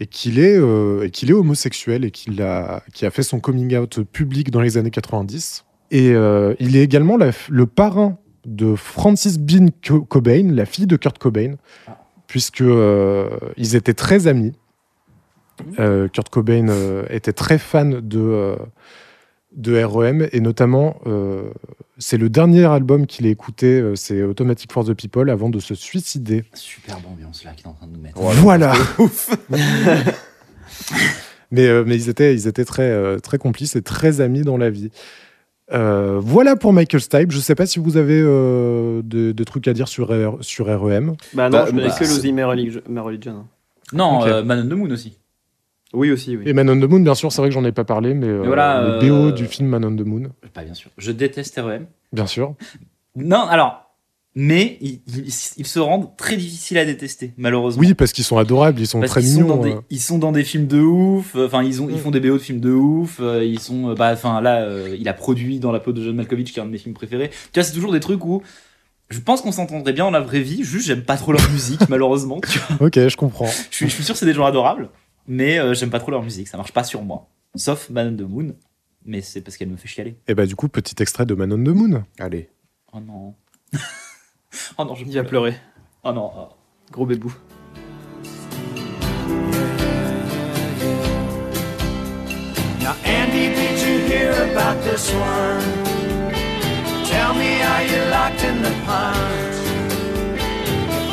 S4: et qu'il est, euh, et qu'il est homosexuel et qu'il a, qu'il a fait son coming out public dans les années 90. Et euh, il est également la- le parrain de Francis Bean Co- Cobain, la fille de Kurt Cobain, puisque euh, ils étaient très amis. Euh, Kurt Cobain euh, était très fan de, euh, de REM et notamment, euh, c'est le dernier album qu'il a écouté, euh, c'est Automatic for the People, avant de se suicider.
S2: superbe ambiance là qu'il est en train de nous mettre.
S4: Voilà Mais, euh, mais ils étaient, ils étaient très, euh, très complices et très amis dans la vie. Euh, voilà pour Michael Stipe. Je sais pas si vous avez euh, des, des trucs à dire sur, R- E sur REM.
S5: Bah non,
S3: Bah,
S5: je connais
S3: bah,
S5: que
S3: c'est-
S5: Losing My Relig- My Religion. hein.
S2: Non,
S4: Ok.
S2: euh, Man on the Moon aussi.
S5: Oui aussi, oui.
S4: Et Man on the Moon, bien sûr, c'est vrai que j'en ai pas parlé, mais, euh,
S2: Mais voilà,
S4: le
S2: euh,
S4: BO du film Man on the Moon,
S2: Pas bien sûr. Je déteste E REM.
S4: bien sûr.
S2: Non, alors. Mais ils, ils- ils se rendent très difficiles à détester, malheureusement.
S4: Oui, parce qu'ils sont adorables, ils sont
S2: Parce
S4: très
S2: qu'ils sont
S4: mignons.
S2: dans des-
S4: euh.
S2: ils sont dans des films de ouf. euh, Enfin, ils ont, ils font des BO de films de ouf. euh, ils sont, euh, bah, enfin là, euh, il a produit dans la peau de John Malkovich, qui est un de mes films préférés. Tu vois, c'est toujours des trucs où je pense qu'on s'entendrait bien dans la vraie vie. Juste, j'aime pas trop leur musique, malheureusement. Tu vois,
S4: euh. Ok, je comprends.
S2: je suis, je suis sûr, que c'est des gens adorables, mais euh, j'aime pas trop leur musique. Ça marche pas sur moi. Sauf Man on the Moon, mais c'est parce qu'elle me fait chialer.
S4: Et bah, du coup, petit extrait de Man on the Moon.
S3: Allez.
S2: Oh non. oh non, je
S5: Il a
S2: pleure.
S5: pleuré.
S2: Oh non. oh.
S4: Euh,
S5: Gros bébou.
S6: Now, Andy, did you hear about this one? Tell me, are you locked in the pond?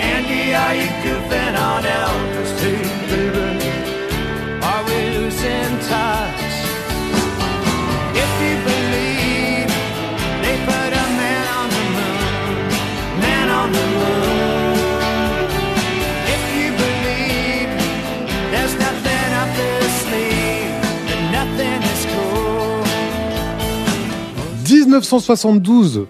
S6: Andy, are you goofing on Elvis too, baby? Are we losing touch? If you believe they put a man on the moon, man on the moon. If you believe there's nothing up their sleeve, and nothing is cool.
S4: 1972,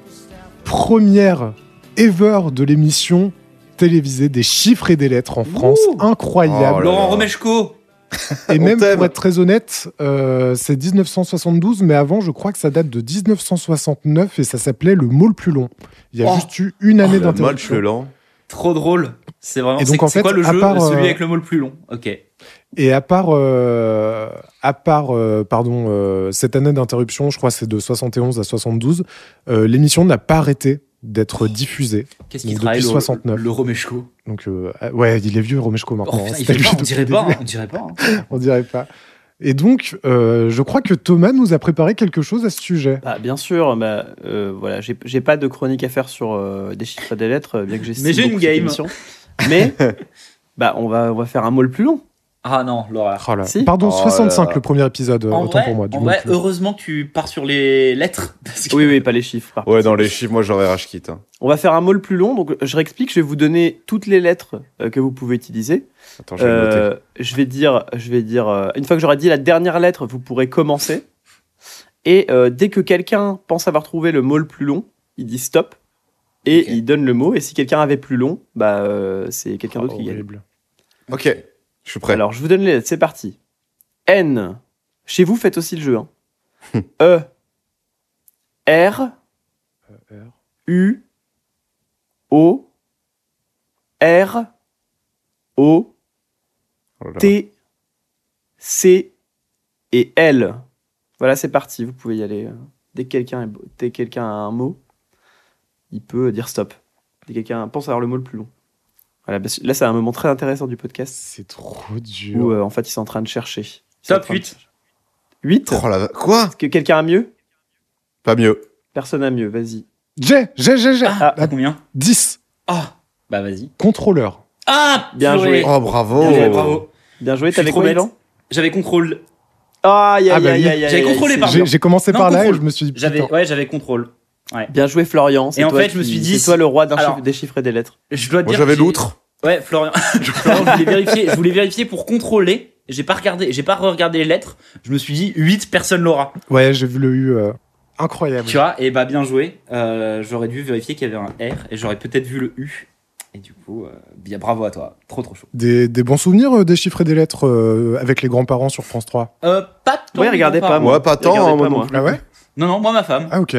S4: première ever de l'émission télévisée des chiffres et des lettres en France. Incroyable.
S3: Oh là
S2: Laurent
S3: là.
S2: Romeshko.
S4: Et
S3: On
S4: même
S3: t'aime.
S4: pour être très honnête, euh, c'est 1972, mais avant, je crois que ça date de 1969 et ça s'appelait le mot le plus long. Il y a
S2: Oh.
S4: juste eu une année
S3: La molle,
S4: d'interruption.
S3: le lent.
S2: Trop drôle. C'est vraiment.
S4: Et
S2: C'est
S4: donc, en
S2: c'est
S4: fait,
S2: quoi le
S4: à
S2: jeu
S4: part,
S2: Celui
S4: euh,
S2: avec le mot le plus long. Ok.
S4: Et à part, euh, à part, euh, pardon, euh, cette année d'interruption, je crois que c'est de 71 à 72, euh, l'émission n'a pas arrêté
S2: Oh.
S4: d'être diffusée.
S2: Qu'est-ce
S4: Donc,
S2: qu'il travaille
S4: depuis
S2: le,
S4: 69.
S2: le Romeshko
S4: Donc, euh, ah, ouais, il est vieux, Romeshko,
S2: Oh,
S4: maintenant.
S2: putain,
S4: hein.
S2: il
S4: C'était
S2: fait
S4: lui
S2: pas, on
S4: depuis
S2: dirait
S4: le
S2: pas,
S4: début.
S2: hein, on dirait pas. hein.
S4: On dirait pas. Et donc, euh, je crois que Thomas nous a préparé quelque chose à ce sujet.
S5: Bah, bien sûr, bah, euh, voilà, j'ai j'ai pas de chronique à faire sur euh, des chiffres et des lettres, euh, bien que j'estime
S2: Mais j'ai une
S5: beaucoup cette
S2: game.
S5: émission. Mais bah, on, va, on va faire un mot le plus long.
S2: Ah non, l'horreur.
S4: Oh là.
S5: Si.
S4: Pardon,
S3: Oh là
S4: 65
S3: là.
S4: le premier épisode,
S2: En
S4: Euh, autant
S2: vrai,
S4: pour moi. Du
S2: en
S4: coup.
S2: vrai, heureusement que tu pars sur les lettres. parce que-
S5: Oui, oui, pas les chiffres. par
S3: Ouais,
S5: contre.
S3: dans les chiffres, moi j'aurais rage quitte. hein.
S5: On va faire un mot le plus long, donc je réexplique, je vais vous donner toutes les lettres euh, que vous pouvez utiliser.
S3: Attends, je vais le noter.
S5: Euh, je vais dire, je vais dire euh, une fois que j'aurai dit la dernière lettre, vous pourrez commencer. Et euh, dès que quelqu'un pense avoir trouvé le mot le plus long, il dit stop et
S2: Ok.
S5: il donne le mot. Et si quelqu'un avait plus long, bah euh, c'est quelqu'un
S4: Oh,
S5: d'autre qui gagne.
S4: horrible.
S3: Ok, je suis Ah, prêt.
S5: Alors je vous donne les lettres, c'est parti. N. Chez vous, faites aussi le jeu. hein. e.
S3: Euh,
S5: R. U O R O
S3: Oh là là.
S5: T C et L. Voilà, c'est parti, vous pouvez y aller. euh, Dès que quelqu'un est beau- dès que quelqu'un a un mot, il peut dire stop. Dès que quelqu'un pense avoir le mot le plus long. Voilà, parce que là c'est un moment très intéressant du podcast
S4: C'est trop dur.
S5: où euh, en fait ils sont en train de chercher. Ils sont
S2: Top
S5: en train de
S2: 8.
S5: chercher. 8
S3: Oh la va- Quoi
S5: Est-ce que quelqu'un a mieux
S3: Pas mieux.
S5: Personne a mieux, vas-y.
S4: J'ai, j'ai, j'ai, j'ai.
S2: Ah,
S4: Ah.
S2: combien
S4: 10.
S2: Ah, bah vas-y.
S4: Contrôleur.
S2: Ah,
S5: Bien
S2: purée.
S5: joué.
S3: Oh bravo.
S5: Bien joué,
S2: bravo.
S5: Bien joué,
S2: Je suis
S5: t'avais
S2: trop
S5: quoi
S2: bête.
S5: Yvan
S2: J'avais contrôle.
S5: Aïe,
S4: Ah
S5: aïe,
S4: bah
S5: aïe,
S4: oui.
S5: aïe, aïe,
S2: J'avais
S5: aï,
S2: contrôlé,
S5: c'est-
S2: pardon.
S4: J'ai j'ai commencé
S2: Non,
S4: par là et
S2: contrôle.
S4: je me suis dit.
S2: J'avais,
S4: putain.
S2: ouais, j'avais contrôle.
S5: Bien joué Florian. c'est
S2: Et en
S5: toi
S2: fait, je me
S5: qui-
S2: suis dit-
S5: c'est toi le roi d'un
S2: Alors-
S5: chiffre- des chiffres et des lettres.
S2: Je dois
S3: Moi
S2: dire.
S3: j'avais
S2: que j'ai-
S3: l'outre.
S2: Ouais, Florian. Florian, je voulais vérifier. Je voulais vérifier pour contrôler. J'ai pas regardé. J'ai pas regardé les lettres. Je me suis dit 8 personnes l'aura.
S4: Ouais, j'ai vu le U. euh, Incroyable.
S2: Tu vois, et bah bien joué. Euh, j'aurais dû vérifier qu'il y avait un R et j'aurais peut-être vu le U. Et du coup, euh, bien bravo à toi. Trop trop chaud.
S4: Des, des bons souvenirs euh, des chiffres et des lettres euh, avec les grands-parents sur France 3.
S2: Euh, pas tant
S5: Ouais,
S2: que
S5: regardez
S2: mon
S5: pas,
S2: parent.
S5: moi.
S3: Ouais, pas tant,
S5: Regardez
S3: hein,
S5: pas
S3: moi non
S5: moi.
S3: plus.
S4: Ah ouais
S2: Non, non, moi, ma femme,
S4: Ah ok.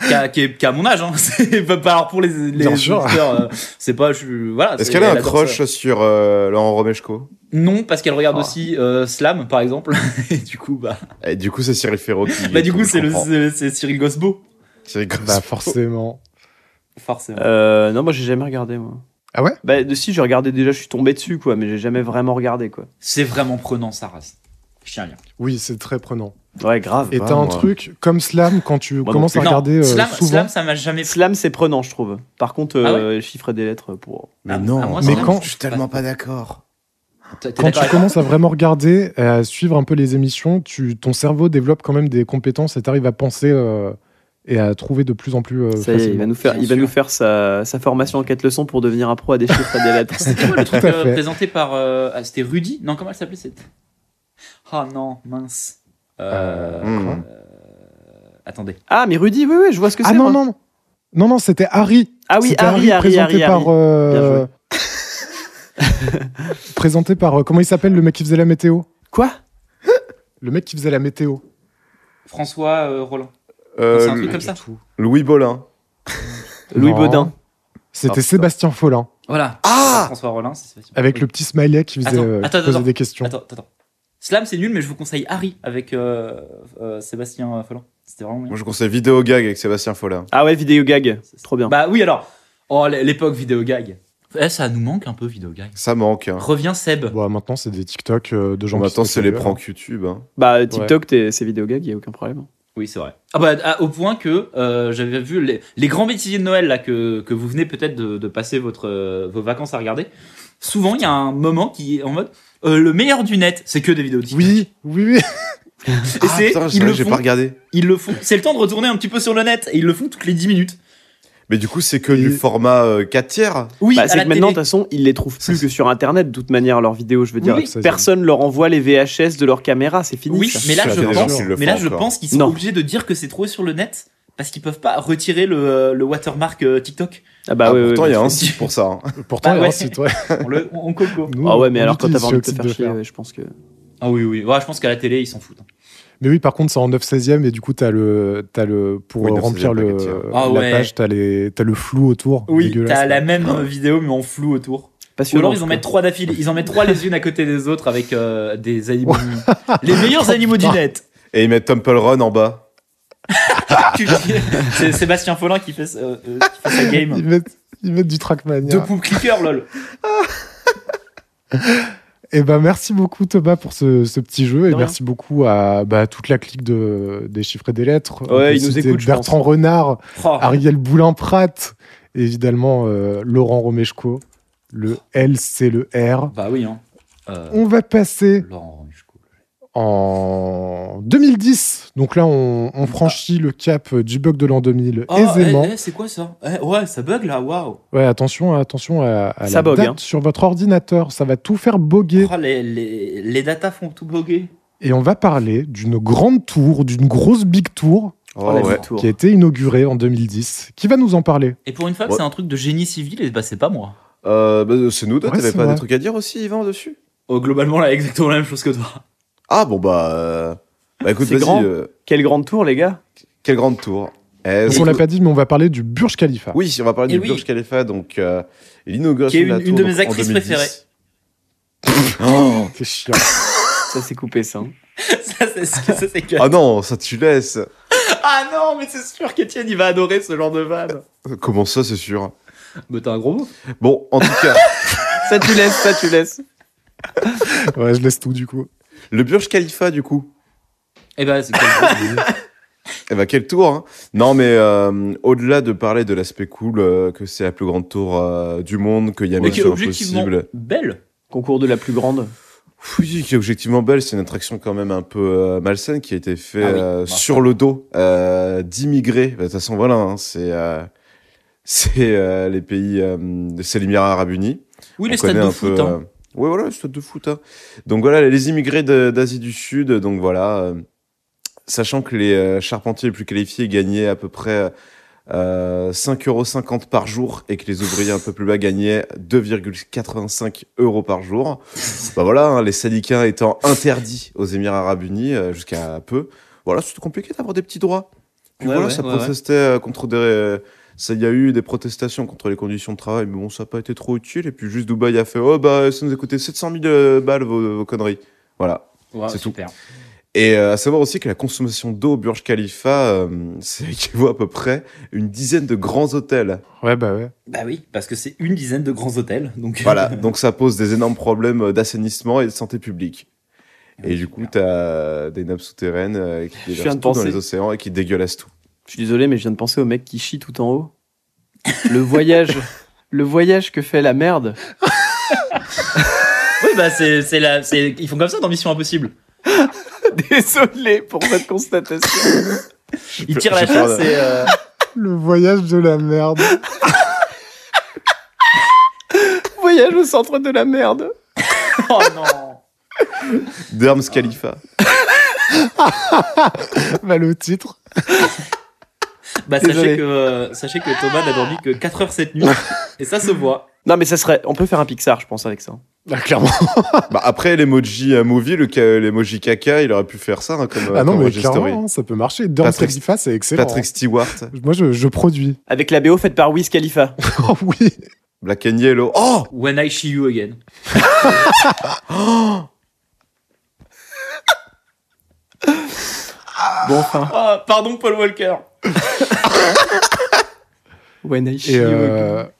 S2: qui a, qui est- qui a mon âge, hein. C'est pas, pas- alors pour les, les
S4: Bien sûr.
S2: auditeurs, euh, c'est pas, je suis- voilà.
S3: Est-ce
S2: c'est-
S3: qu'elle a
S2: elle
S3: un
S2: adore
S3: crush
S2: ça.
S3: sur euh, Laurent Romeshko
S2: Non, parce qu'elle regarde
S5: Oh.
S2: aussi euh, Slam, par exemple. Et du coup, bah,
S3: Et Eh, du coup, c'est Cyril Ferraud qui.
S2: bah du coup,
S3: je
S2: c'est le,
S3: comprends.
S2: c'est c'est Cyril Gosbo,
S3: Cyril Gosset.
S4: Bah forcément.
S2: forcément.
S5: Euh, non, moi j'ai jamais regardé moi.
S4: Ah ouais
S5: Bah de, si j'ai regardé déjà, je suis tombé dessus quoi, mais j'ai jamais vraiment regardé quoi.
S2: C'est vraiment prenant sa race. Je tiens à dire.
S4: Oui, c'est très prenant.
S5: Ouais, grave.
S4: Et
S3: Bah,
S4: t'as un
S3: moi.
S4: truc comme Slam quand tu
S5: Moi
S4: commences à
S2: Non,
S4: regarder euh,
S2: Slam,
S4: souvent.
S2: Slam, ça m'a jamais plu.
S5: Slam c'est prenant, je trouve. Par contre,
S2: Ah
S5: euh, chiffres et des lettres pour.
S3: Mais
S2: Ah,
S3: non,
S2: ah, moi,
S3: mais
S4: c'est vrai.
S3: quand je suis tellement pas d'accord.
S2: T'es- t'es
S4: Quand
S2: d'accord
S4: tu
S2: avec
S4: commences à vraiment regarder, euh, à suivre un peu les émissions, tu, ton cerveau développe quand même des compétences et t'arrives à penser euh, et à trouver de plus en plus euh,
S5: Ça y est, il va
S4: facilement.
S5: nous faire,
S2: Bien
S5: il va
S2: sûr.
S5: nous faire sa, sa formation en 4 leçons pour devenir un pro à des chiffres, à des lettres.
S2: C'était quoi le truc
S4: à
S2: euh,
S4: fait.
S2: présenté par. euh, ah, c'était Rudy Non, comment elle s'appelait cette. Ah non, mince. Euh,
S4: Euh,
S2: euh,
S3: quoi
S2: attendez.
S5: Ah, mais Rudy, oui, oui, je vois ce que
S4: Ah
S5: c'est.
S4: non,
S5: moi.
S4: non, non. Non, non, c'était Harry.
S5: Ah oui,
S4: C'était
S5: Harry, Harry,
S4: présenté
S5: Harry,
S4: par.
S5: Harry.
S4: euh, présenté par. euh, comment il s'appelle le mec qui faisait la météo
S5: Quoi
S4: Le mec qui faisait la météo.
S2: François euh, Roland.
S3: Euh,
S2: C'est un truc
S3: Lu-
S2: comme ça.
S3: Louis Bolin.
S5: Louis
S4: Non.
S5: Baudin.
S3: Ah,
S4: C'était
S3: putain.
S4: Sébastien Follin,
S2: Voilà.
S3: Ah
S2: François Rollin, c'est ça.
S4: avec le petit smiley qui faisait
S2: Attends,
S4: euh, qui
S2: attends,
S4: posait
S2: attends.
S4: des questions.
S2: Attends, attends. Slam, c'est nul, mais je vous conseille Harry avec euh, euh, Sébastien euh, Folland. C'était vraiment bien.
S3: Moi, je conseille Vidéo Gag avec Sébastien Follin.
S5: Ah ouais, vidéo gag. C'est trop bien.
S2: Bah oui, alors. Oh, l- l'époque vidéo gag. Eh, ça nous manque un peu, vidéo gag.
S3: Ça manque. Hein.
S2: Reviens, Seb.
S4: Bon, Bah, maintenant, c'est des TikTok euh, de gens qui
S3: Maintenant,
S4: se
S3: c'est les
S4: saluent.
S3: pranks YouTube. hein.
S5: Bah, TikTok, t'es- c'est vidéo gag, y a aucun problème.
S2: Oui, c'est vrai. Ah bah, à- au point que euh, j'avais vu les, les grands bêtisiers de Noël là, que, que vous venez peut-être de, de passer votre, euh, vos vacances à regarder. Souvent, il y a un moment qui est en mode euh, le meilleur du net, c'est que des vidéos TikTok.
S4: Oui, oui, oui.
S2: Et
S3: Ah,
S2: c'est-
S3: putain, c'est
S2: ils,
S3: vrai
S2: le
S3: que j'ai
S2: font,
S3: pas regardé.
S2: ils le font. C'est le temps de retourner un petit peu sur le net et ils le font toutes les 10 minutes.
S3: Mais du coup, c'est que
S4: Et-
S3: du format euh, 4 tiers.
S2: Oui,
S5: Bah,
S2: à
S5: c'est
S2: la
S5: que maintenant, de
S2: télé.
S5: toute façon, ils les trouvent plus que sur Internet, de toute manière, leurs vidéos, je veux
S4: Oui,
S5: dire.
S4: oui. Ça, c'est-
S5: Personne leur envoie les VHS de leur caméra, c'est fini.
S2: Oui,
S5: ça.
S2: mais là,
S3: Sur la
S2: je
S3: télé,
S2: pense,
S3: ils le
S2: mais
S3: font
S2: là, je
S3: encore.
S2: pense qu'ils sont
S5: Non.
S2: obligés de dire que c'est trouvé sur le net parce qu'ils peuvent pas retirer le, le watermark euh, TikTok.
S5: Ah bah
S3: Ah,
S5: ouais, ouais,
S3: pourtant,
S5: ouais.
S3: il y a un
S2: bien
S3: site
S2: sûr.
S3: pour ça. hein.
S4: Pourtant,
S2: Bah
S4: il y a un
S2: ouais.
S4: site, ouais.
S2: On, le, on, on coco.
S4: Nous,
S5: Ah ouais,
S4: on
S5: mais alors quand
S4: utilise
S5: t'as envie de te
S4: ce
S5: faire
S4: type
S5: chier, ouais, je pense que.
S2: Ah oui, oui. Ouais, je pense qu'à la télé, ils s'en foutent.
S4: Mais oui, par contre, c'est en 9 16 e et du coup, t'as le, t'as le, pour
S3: Oui,
S4: euh,
S3: 9/16e,
S4: remplir
S3: t'inquiète,
S4: le,
S3: tiens.
S2: Ah
S4: la
S2: ouais.
S4: page, t'as les, t'as le flou autour.
S2: Oui,
S4: dégueulasse,
S2: t'as
S4: là.
S2: la même euh, vidéo mais en flou autour.
S5: Pas
S2: Ou
S5: sûr,
S2: alors
S5: non,
S2: ils
S5: je
S2: en mettent
S5: crois.
S2: trois d'affilée, ils en mettent trois les unes à côté des autres avec euh, des animaux. les meilleurs animaux du net.
S3: Et ils mettent Temple Run en bas.
S2: Tu- C'est Sébastien Follin qui fait, euh, euh, qui fait sa game.
S4: Ils mettent, ils mettent du
S2: De
S4: Trackmania.
S2: poop clicker lol.
S4: Eh ben, merci beaucoup, Thomas, pour ce, ce petit jeu. Et
S5: rien.
S4: merci beaucoup à bah, toute la clique de, des chiffres et des lettres. On
S5: Ouais,
S4: peut
S5: ils nous
S4: citer
S5: écoutent, je Ah.
S4: Bertrand Renard,
S2: Oh,
S4: Ariel Boulin-Pratt, et évidemment euh, Laurent Romeshko. Le L, c'est le R.
S2: Bah oui hein. Euh,
S4: On va passer
S2: Laurent Romichko.
S4: en 2010. Donc là, on, on franchit le cap du bug de l'an 2000
S5: Ah,
S2: Oh,
S4: aisément.
S2: eh, eh, c'est quoi ça Eh, Ouais, ça bug là, waouh.
S4: Ouais, attention, attention à, à
S5: eh. Ça
S4: la
S5: bug,
S4: date
S5: hein.
S4: sur votre ordinateur. Ça va tout faire boguer.
S2: Oh, les, les, les datas font tout boguer.
S4: Et on va parler d'une grande tour, d'une grosse big tour
S3: Oh,
S5: la
S3: ouais.
S5: victoire.
S4: qui a été inaugurée en 2010. Qui va nous en parler
S2: Et pour une fois que
S3: Ouais.
S2: c'est un truc de génie civil, et bah c'est pas moi.
S3: Euh, bah, c'est nous deux,
S4: Ouais,
S3: t'avais
S4: c'est
S3: pas
S4: vrai.
S3: des trucs à dire aussi, Yvan, dessus
S2: Oh, globalement là, exactement la même chose que toi.
S3: Ah bon, bah. euh, Bah écoute,
S5: C'est grand.
S3: vas-y. euh,
S5: Quelle grande tour, les gars
S3: Quelle grande tour. Eh,
S4: Parce
S3: oui,
S4: qu'on l'a pas dit, mais on va parler du Burj Khalifa.
S3: Oui, on va parler
S2: Eh
S3: du
S2: oui.
S3: Burj Khalifa, donc euh, l'inauguration
S2: Qui est
S3: de la
S2: une-
S3: tour,
S2: une de
S3: donc,
S2: mes
S3: en
S2: actrices
S3: 2010.
S2: préférées.
S3: Oh.
S4: C'est chiant.
S5: Ça s'est coupé, ça. hein.
S2: ça c'est ça, c'est que.
S3: Ah non, ça tu laisses.
S2: Ah non, mais c'est sûr qu'Etienne il va adorer ce genre de vanne.
S3: Comment ça, c'est sûr
S2: Mais t'as un gros mot.
S3: Bon, en tout cas,
S5: Ça, tu laisses, ça, tu laisses.
S4: ouais, je laisse tout du coup.
S3: le Burj Khalifa, du coup.
S2: Eh ben, c'est quel-
S3: Eh ben, quel tour, hein Non, mais euh, au-delà de parler de l'aspect cool, euh, que c'est la plus grande tour euh, du monde, qu'il y a
S2: Mais
S3: même
S2: qui est
S3: sur
S2: objectivement
S3: impossible.
S2: belle.
S5: Concours de la plus grande.
S3: Oui, qui est objectivement belle, c'est une attraction quand même un peu euh, malsaine qui a été faite
S2: Ah oui,
S3: euh,
S2: marrant.
S3: sur le dos euh, d'immigrés. Bah, De toute façon, voilà, hein, c'est euh, c'est euh, les pays, euh, c'est l'Émirat arabe uni.
S2: Oui,
S3: On
S2: les stades
S3: connaît
S2: de
S3: un
S2: foot.
S3: peu,
S2: hein.
S3: euh, Ouais, voilà, le stade de foot. hein. Donc voilà, les immigrés de- d'Asie du Sud, donc voilà, euh, sachant que les euh, charpentiers les plus qualifiés gagnaient à peu près euh, 5,50 par jour et que les ouvriers un peu plus bas gagnaient 2,85 euros par jour. bah voilà, hein, les syndicats étant interdits aux Émirats Arabes Unis euh, jusqu'à peu, voilà, c'était compliqué d'avoir des petits droits. Puis
S2: Ouais,
S3: voilà,
S2: ouais,
S3: ça
S2: ouais, ouais.
S3: protestait euh, contre des... euh, ça, il y a eu des protestations contre les conditions de travail, mais bon, ça n'a pas été trop utile. Et puis juste Dubaï a fait Oh, bah, ça nous a coûté 700 000 euh, balles vos, vos conneries. Voilà.
S2: Ouais,
S3: euh, c'est tout.
S2: super.
S3: Et euh, à savoir aussi que la consommation d'eau au Burj Khalifa, euh, c'est équivaut à peu près une dizaine de grands hôtels.
S4: Ouais, bah ouais.
S2: Bah oui, parce que c'est une dizaine de grands hôtels. Donc euh,
S3: Voilà. Donc ça pose des énormes problèmes euh, d'assainissement et de santé publique. Et du coup, t'as des nappes souterraines euh, qui
S5: viens
S3: déversent
S5: de
S3: tout dans
S5: penser.
S3: les océans et qui dégueulassent tout.
S5: Je suis désolé, mais je viens de penser au mec qui chie tout en haut. Le voyage, le voyage que fait la merde.
S2: Oui, bah, c'est, c'est la, c'est, ils font comme ça dans Mission Impossible.
S5: Désolé pour votre constatation.
S2: Ils tirent la
S3: je parle-
S2: chasse et, euh,
S4: Le voyage de la merde.
S5: Voyage au centre de la merde.
S2: Oh non!
S3: Derms Khalifa.
S4: Bah, le titre.
S2: Bah, sachez
S5: Désolé.
S2: que, euh, sachez que Thomas n'a dormi que 4 heures cette nuit. et ça se voit.
S5: Non, mais ça serait. On peut faire un Pixar, je pense, avec ça.
S4: Ah, clairement.
S3: Bah après l'emoji euh, movie, le ca- l'emoji caca, il aurait pu faire ça hein, comme. euh,
S4: Ah non,
S3: comme
S4: mais
S3: Roger Story.
S4: clairement, hein, ça peut marcher. Dans
S3: Patrick-
S4: Khalifa, c'est excellent.
S3: Patrick Stewart,
S4: Moi, je, je produis.
S5: Avec la BO faite par Wiz Khalifa.
S4: Oh oui.
S3: Black and Yellow. Oh,
S2: When I see you again.
S5: Bon, enfin.
S2: Ah, pardon, Paul Walker.
S5: When I
S4: Et
S5: see you
S4: euh,
S5: again.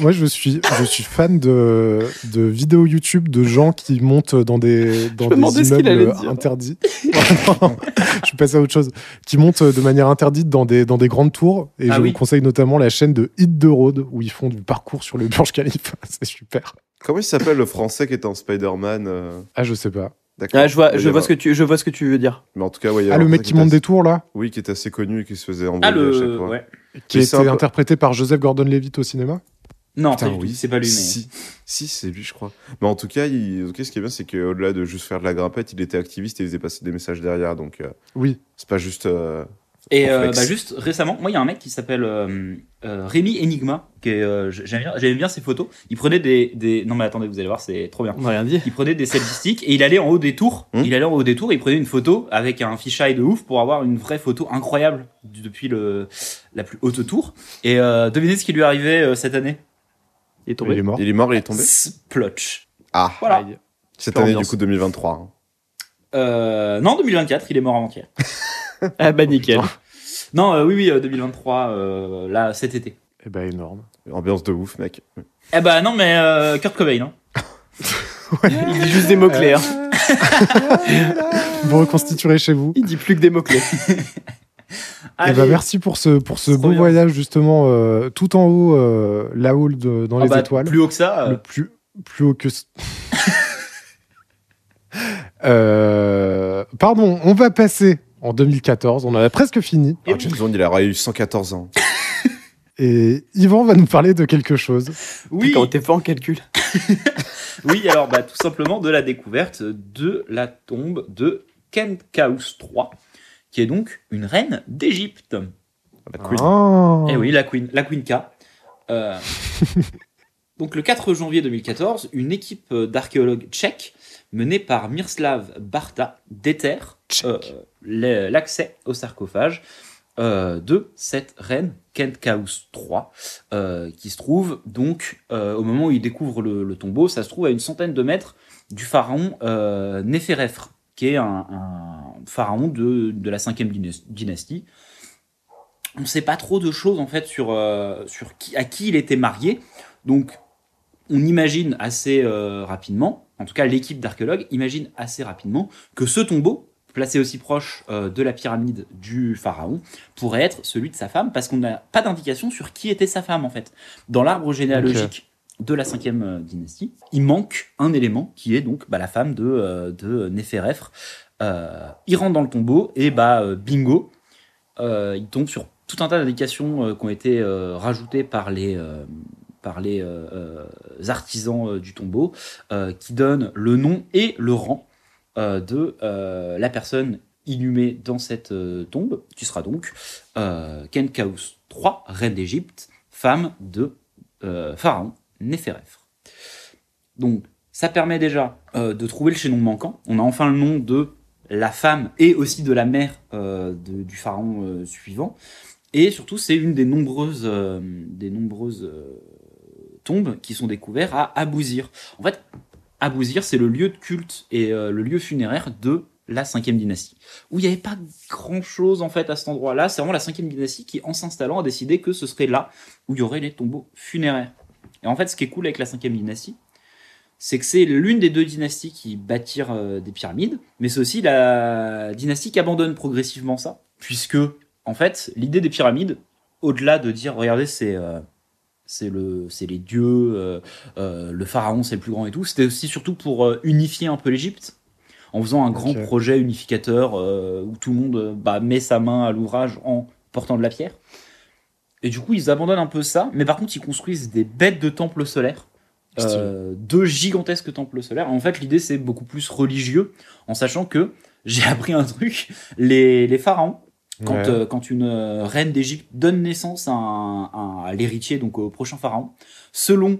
S4: moi, je suis, je suis fan de, de vidéos YouTube de gens qui montent dans des, dans
S5: me
S4: des
S5: demandais ce qu'il
S4: immeubles
S5: allait dire.
S4: interdits. Non, non, je suis passé à autre chose. Qui montent de manière interdite dans des, dans des grandes tours. Et
S2: Ah
S4: je
S2: oui.
S4: vous conseille notamment la chaîne de Hit the Road où ils font du parcours sur le Burj Khalifa. C'est super.
S3: comment il s'appelle le français qui était en Spider-Man euh,
S4: Ah, je sais pas.
S3: D'accord.
S5: Ah, je vois,
S3: Il y
S5: je
S3: avait-
S5: vois ce que tu, je vois ce que tu veux dire.
S3: Mais en tout cas, ouais, il y avait
S4: Ah, le
S3: un
S4: mec
S3: français
S4: qui monte
S3: était
S4: des tours là,
S3: assez- Oui, qui était assez connu, et qui se faisait embrouiller
S2: Ah,
S3: à chaque
S2: le.
S3: fois.
S2: ouais.
S4: qui a
S3: Mais c'est
S4: été
S3: un peu-
S4: interprété par Joseph Gordon-Levitt au cinéma.
S2: Non,
S3: Putain,
S2: pas du
S3: oui.
S2: tout, c'est pas hein. lui, mais.
S3: Si, si c'est lui, je crois. Mais en tout cas, il... ok, ce qui est bien, c'est qu'au-delà de juste faire de la grimpette, il était activiste et il faisait passer des messages derrière. Donc, euh,
S4: Oui.
S3: c'est pas juste. euh,
S2: Et euh,
S3: Complexe.
S2: bah, juste récemment, moi, il y a un mec qui s'appelle euh, euh, Rémi Enigma. qui est, euh, J'aime bien, j'aime bien ses photos. Il prenait des, des. Non, mais attendez, vous allez voir, c'est trop bien.
S5: On n'a rien dit.
S2: Il prenait des statistiques et il allait en haut des tours.
S3: Hmm.
S2: Il allait en haut des tours et il prenait une photo avec un fisheye de ouf pour avoir une vraie photo incroyable du- depuis le, la plus haute tour. Et euh, devinez ce qui lui arrivait euh, cette année
S5: Il
S4: Il
S5: est
S4: est
S5: tombé.
S4: mort.
S3: Il est mort, il est tombé.
S2: Splotch.
S3: Ah,
S2: Voilà.
S5: Aïe.
S3: cette
S5: Super
S3: année, du
S5: ambiance.
S3: coup, 2023. hein.
S2: Euh, non, 2024, il est mort avant-hier.
S5: Ah bah nickel.
S2: Non, euh, oui, oui, euh, 2023, euh, là, cet été.
S4: Eh ben, énorme.
S3: hein. Ambiance de ouf, mec.
S2: Eh bah non, mais euh, Kurt Cobain. Hein.
S5: Il dit juste des mots clés. hein.
S4: Vous reconstituerez chez vous.
S5: Il dit plus que des mots clés.
S4: Eh
S2: Allez.
S4: ben, merci pour ce, pour ce
S2: Trop
S4: beau
S2: bien.
S4: voyage, justement, euh, tout en haut, euh, là-haut, de- dans
S2: Ah
S4: les
S2: bah,
S4: étoiles.
S2: Plus haut que ça. euh,
S4: Le plus, plus haut que. ce- Euh, pardon, on va passer en 2014, on en a presque fini.
S3: Ah, James Bond, il aurait eu 114 ans.
S4: Et Yvan va nous parler de quelque chose.
S2: Oui,
S5: Quand t'es fort en calcul.
S2: oui, alors bah, tout simplement de la découverte de la tombe de Kenkaus III, qui est donc une reine d'Égypte.
S3: La Queen.
S4: Ah.
S2: Eh oui, la Queen, la Queen K. Euh, Donc le 4 janvier 2014, une équipe d'archéologues tchèques menée par Miroslav Barta déterre euh, les- l'accès au sarcophage euh, de cette reine Kentkaus III, euh, qui se trouve donc euh, au moment où ils découvrent le, le tombeau, ça se trouve à une centaine de mètres du pharaon euh, Néférefre, qui est un, un pharaon de, de la 5e dynas- dynastie. On ne sait pas trop de choses en fait sur, euh, sur qui, à qui il était marié. Donc on imagine assez euh, rapidement, en tout cas l'équipe d'archéologues imagine assez rapidement que ce tombeau, placé aussi proche euh, de la pyramide du pharaon, pourrait être celui de sa femme, parce qu'on n'a pas d'indication sur qui était sa femme en fait. Dans l'arbre généalogique de la cinquième euh, dynastie, il manque un élément qui est donc bah, la femme de, euh, de Néférefre. Euh, il rentre dans le tombeau et bah euh, bingo, euh, il tombe sur tout un tas d'indications euh, qui ont été euh, rajoutées par les euh, par les euh, euh, artisans euh, du tombeau, euh, qui donnent le nom et le rang euh, de euh, la personne inhumée dans cette euh, tombe, qui sera donc euh, Kenkaus III, reine d'Égypte, femme de euh, Pharaon Néférefre. Donc, ça permet déjà euh, de trouver le chaînon manquant. On a enfin le nom de la femme et aussi de la mère euh, de- du pharaon euh, suivant. Et surtout, c'est une des nombreuses, euh, des nombreuses euh, tombes qui sont découvertes à Abouzir. En fait, Abouzir, c'est le lieu de culte et euh, le lieu funéraire de la 5e dynastie. Où il n'y avait pas grand-chose en fait à cet endroit-là. C'est vraiment la 5e dynastie qui, en s'installant, a décidé que ce serait là où il y aurait les tombeaux funéraires. Et en fait, ce qui est cool avec la 5e dynastie, c'est que c'est l'une des deux dynasties qui bâtirent euh, des pyramides, mais c'est aussi la dynastie qui abandonne progressivement ça, puisque, en fait, l'idée des pyramides, au-delà de dire, regardez, c'est... euh, c'est le, c'est les dieux, euh, euh, le pharaon, c'est le plus grand et tout. C'était aussi surtout pour euh, unifier un peu l'Égypte en faisant un grand
S4: Ok.
S2: projet unificateur euh, où tout le monde euh, bah, met sa main à l'ouvrage en portant de la pierre. Et du coup, ils abandonnent un peu ça, mais par contre, ils construisent des bêtes de temples solaires.
S4: Stylé.
S2: Euh, deux gigantesques temples solaires. En fait, l'idée, c'est beaucoup plus religieux, en sachant que j'ai appris un truc les, les pharaons, quand,
S4: Ouais.
S2: euh, quand une euh, reine d'Égypte donne naissance à, un- à l'héritier, donc au prochain pharaon, selon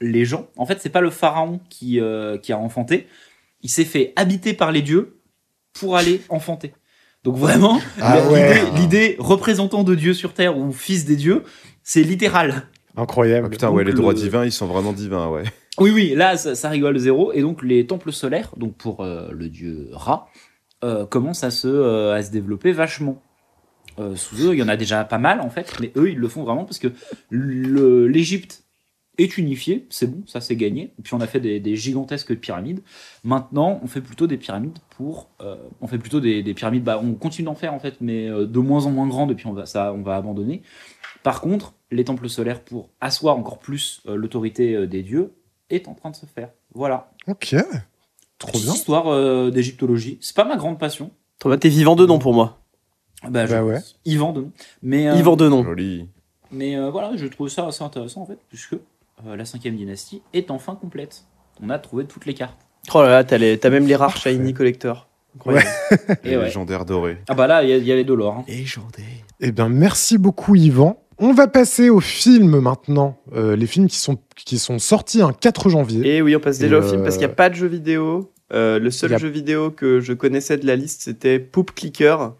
S2: les gens, en fait, c'est pas le pharaon qui, euh, qui a enfanté, il s'est fait habiter par les dieux pour aller enfanter. Donc vraiment,
S4: Ah
S2: l'idée-
S4: ouais.
S2: l'idée représentant de Dieu sur terre ou fils des dieux, c'est littéral.
S4: Incroyable.
S3: Ah, putain, ouais,
S2: donc
S3: les droits
S2: le-
S3: divins, ils sont vraiment divins, ouais.
S2: Oui, oui, là, ça, ça rigole zéro. Et donc, les temples solaires, donc pour euh, le dieu Ra, euh, commencent à se, euh, à se développer vachement. Euh, sous eux, il y en a déjà pas mal, en fait, mais eux, ils le font vraiment parce que le- l'Égypte est unifiée, c'est bon, ça c'est gagné. Et puis, on a fait des, des gigantesques pyramides. Maintenant, on fait plutôt des pyramides pour. euh, on fait plutôt des, des pyramides, bah, on continue d'en faire, en fait, mais euh, de moins en moins grandes, et puis on va, ça, on va abandonner. Par contre, les temples solaires pour asseoir encore plus euh, l'autorité euh, des dieux est en train de se faire. Voilà.
S4: Ok. Trop
S2: Petite
S4: bien.
S2: histoire euh, d'égyptologie. C'est pas ma grande passion.
S5: Thomas, t'es vivant de nom pour moi.
S2: Bah, je
S4: Bah ouais.
S2: pense. Yvan de nom. Mais, euh,
S5: Vivant de nom.
S3: Joli.
S2: mais euh, voilà, je trouve ça assez intéressant en fait, puisque euh, la cinquième dynastie est enfin complète. On a trouvé toutes les cartes.
S5: Oh là là, t'as les- t'as même les rares Shiny Collector. Incroyable.
S2: Et ouais.
S3: Légendaire doré.
S2: Ah bah là, il y a- il y, avait de l'or. hein.
S4: Eh bien, merci beaucoup, Yvan. On va passer aux films maintenant. Euh, les films qui sont, qui sont sortis un 4 janvier.
S5: Et oui, on passe
S4: Et
S5: déjà au
S4: euh,
S5: film parce qu'il n'y a pas de jeu vidéo. Euh, le seul
S4: y a-
S5: jeu vidéo que je connaissais de la liste, c'était Poop Clicker,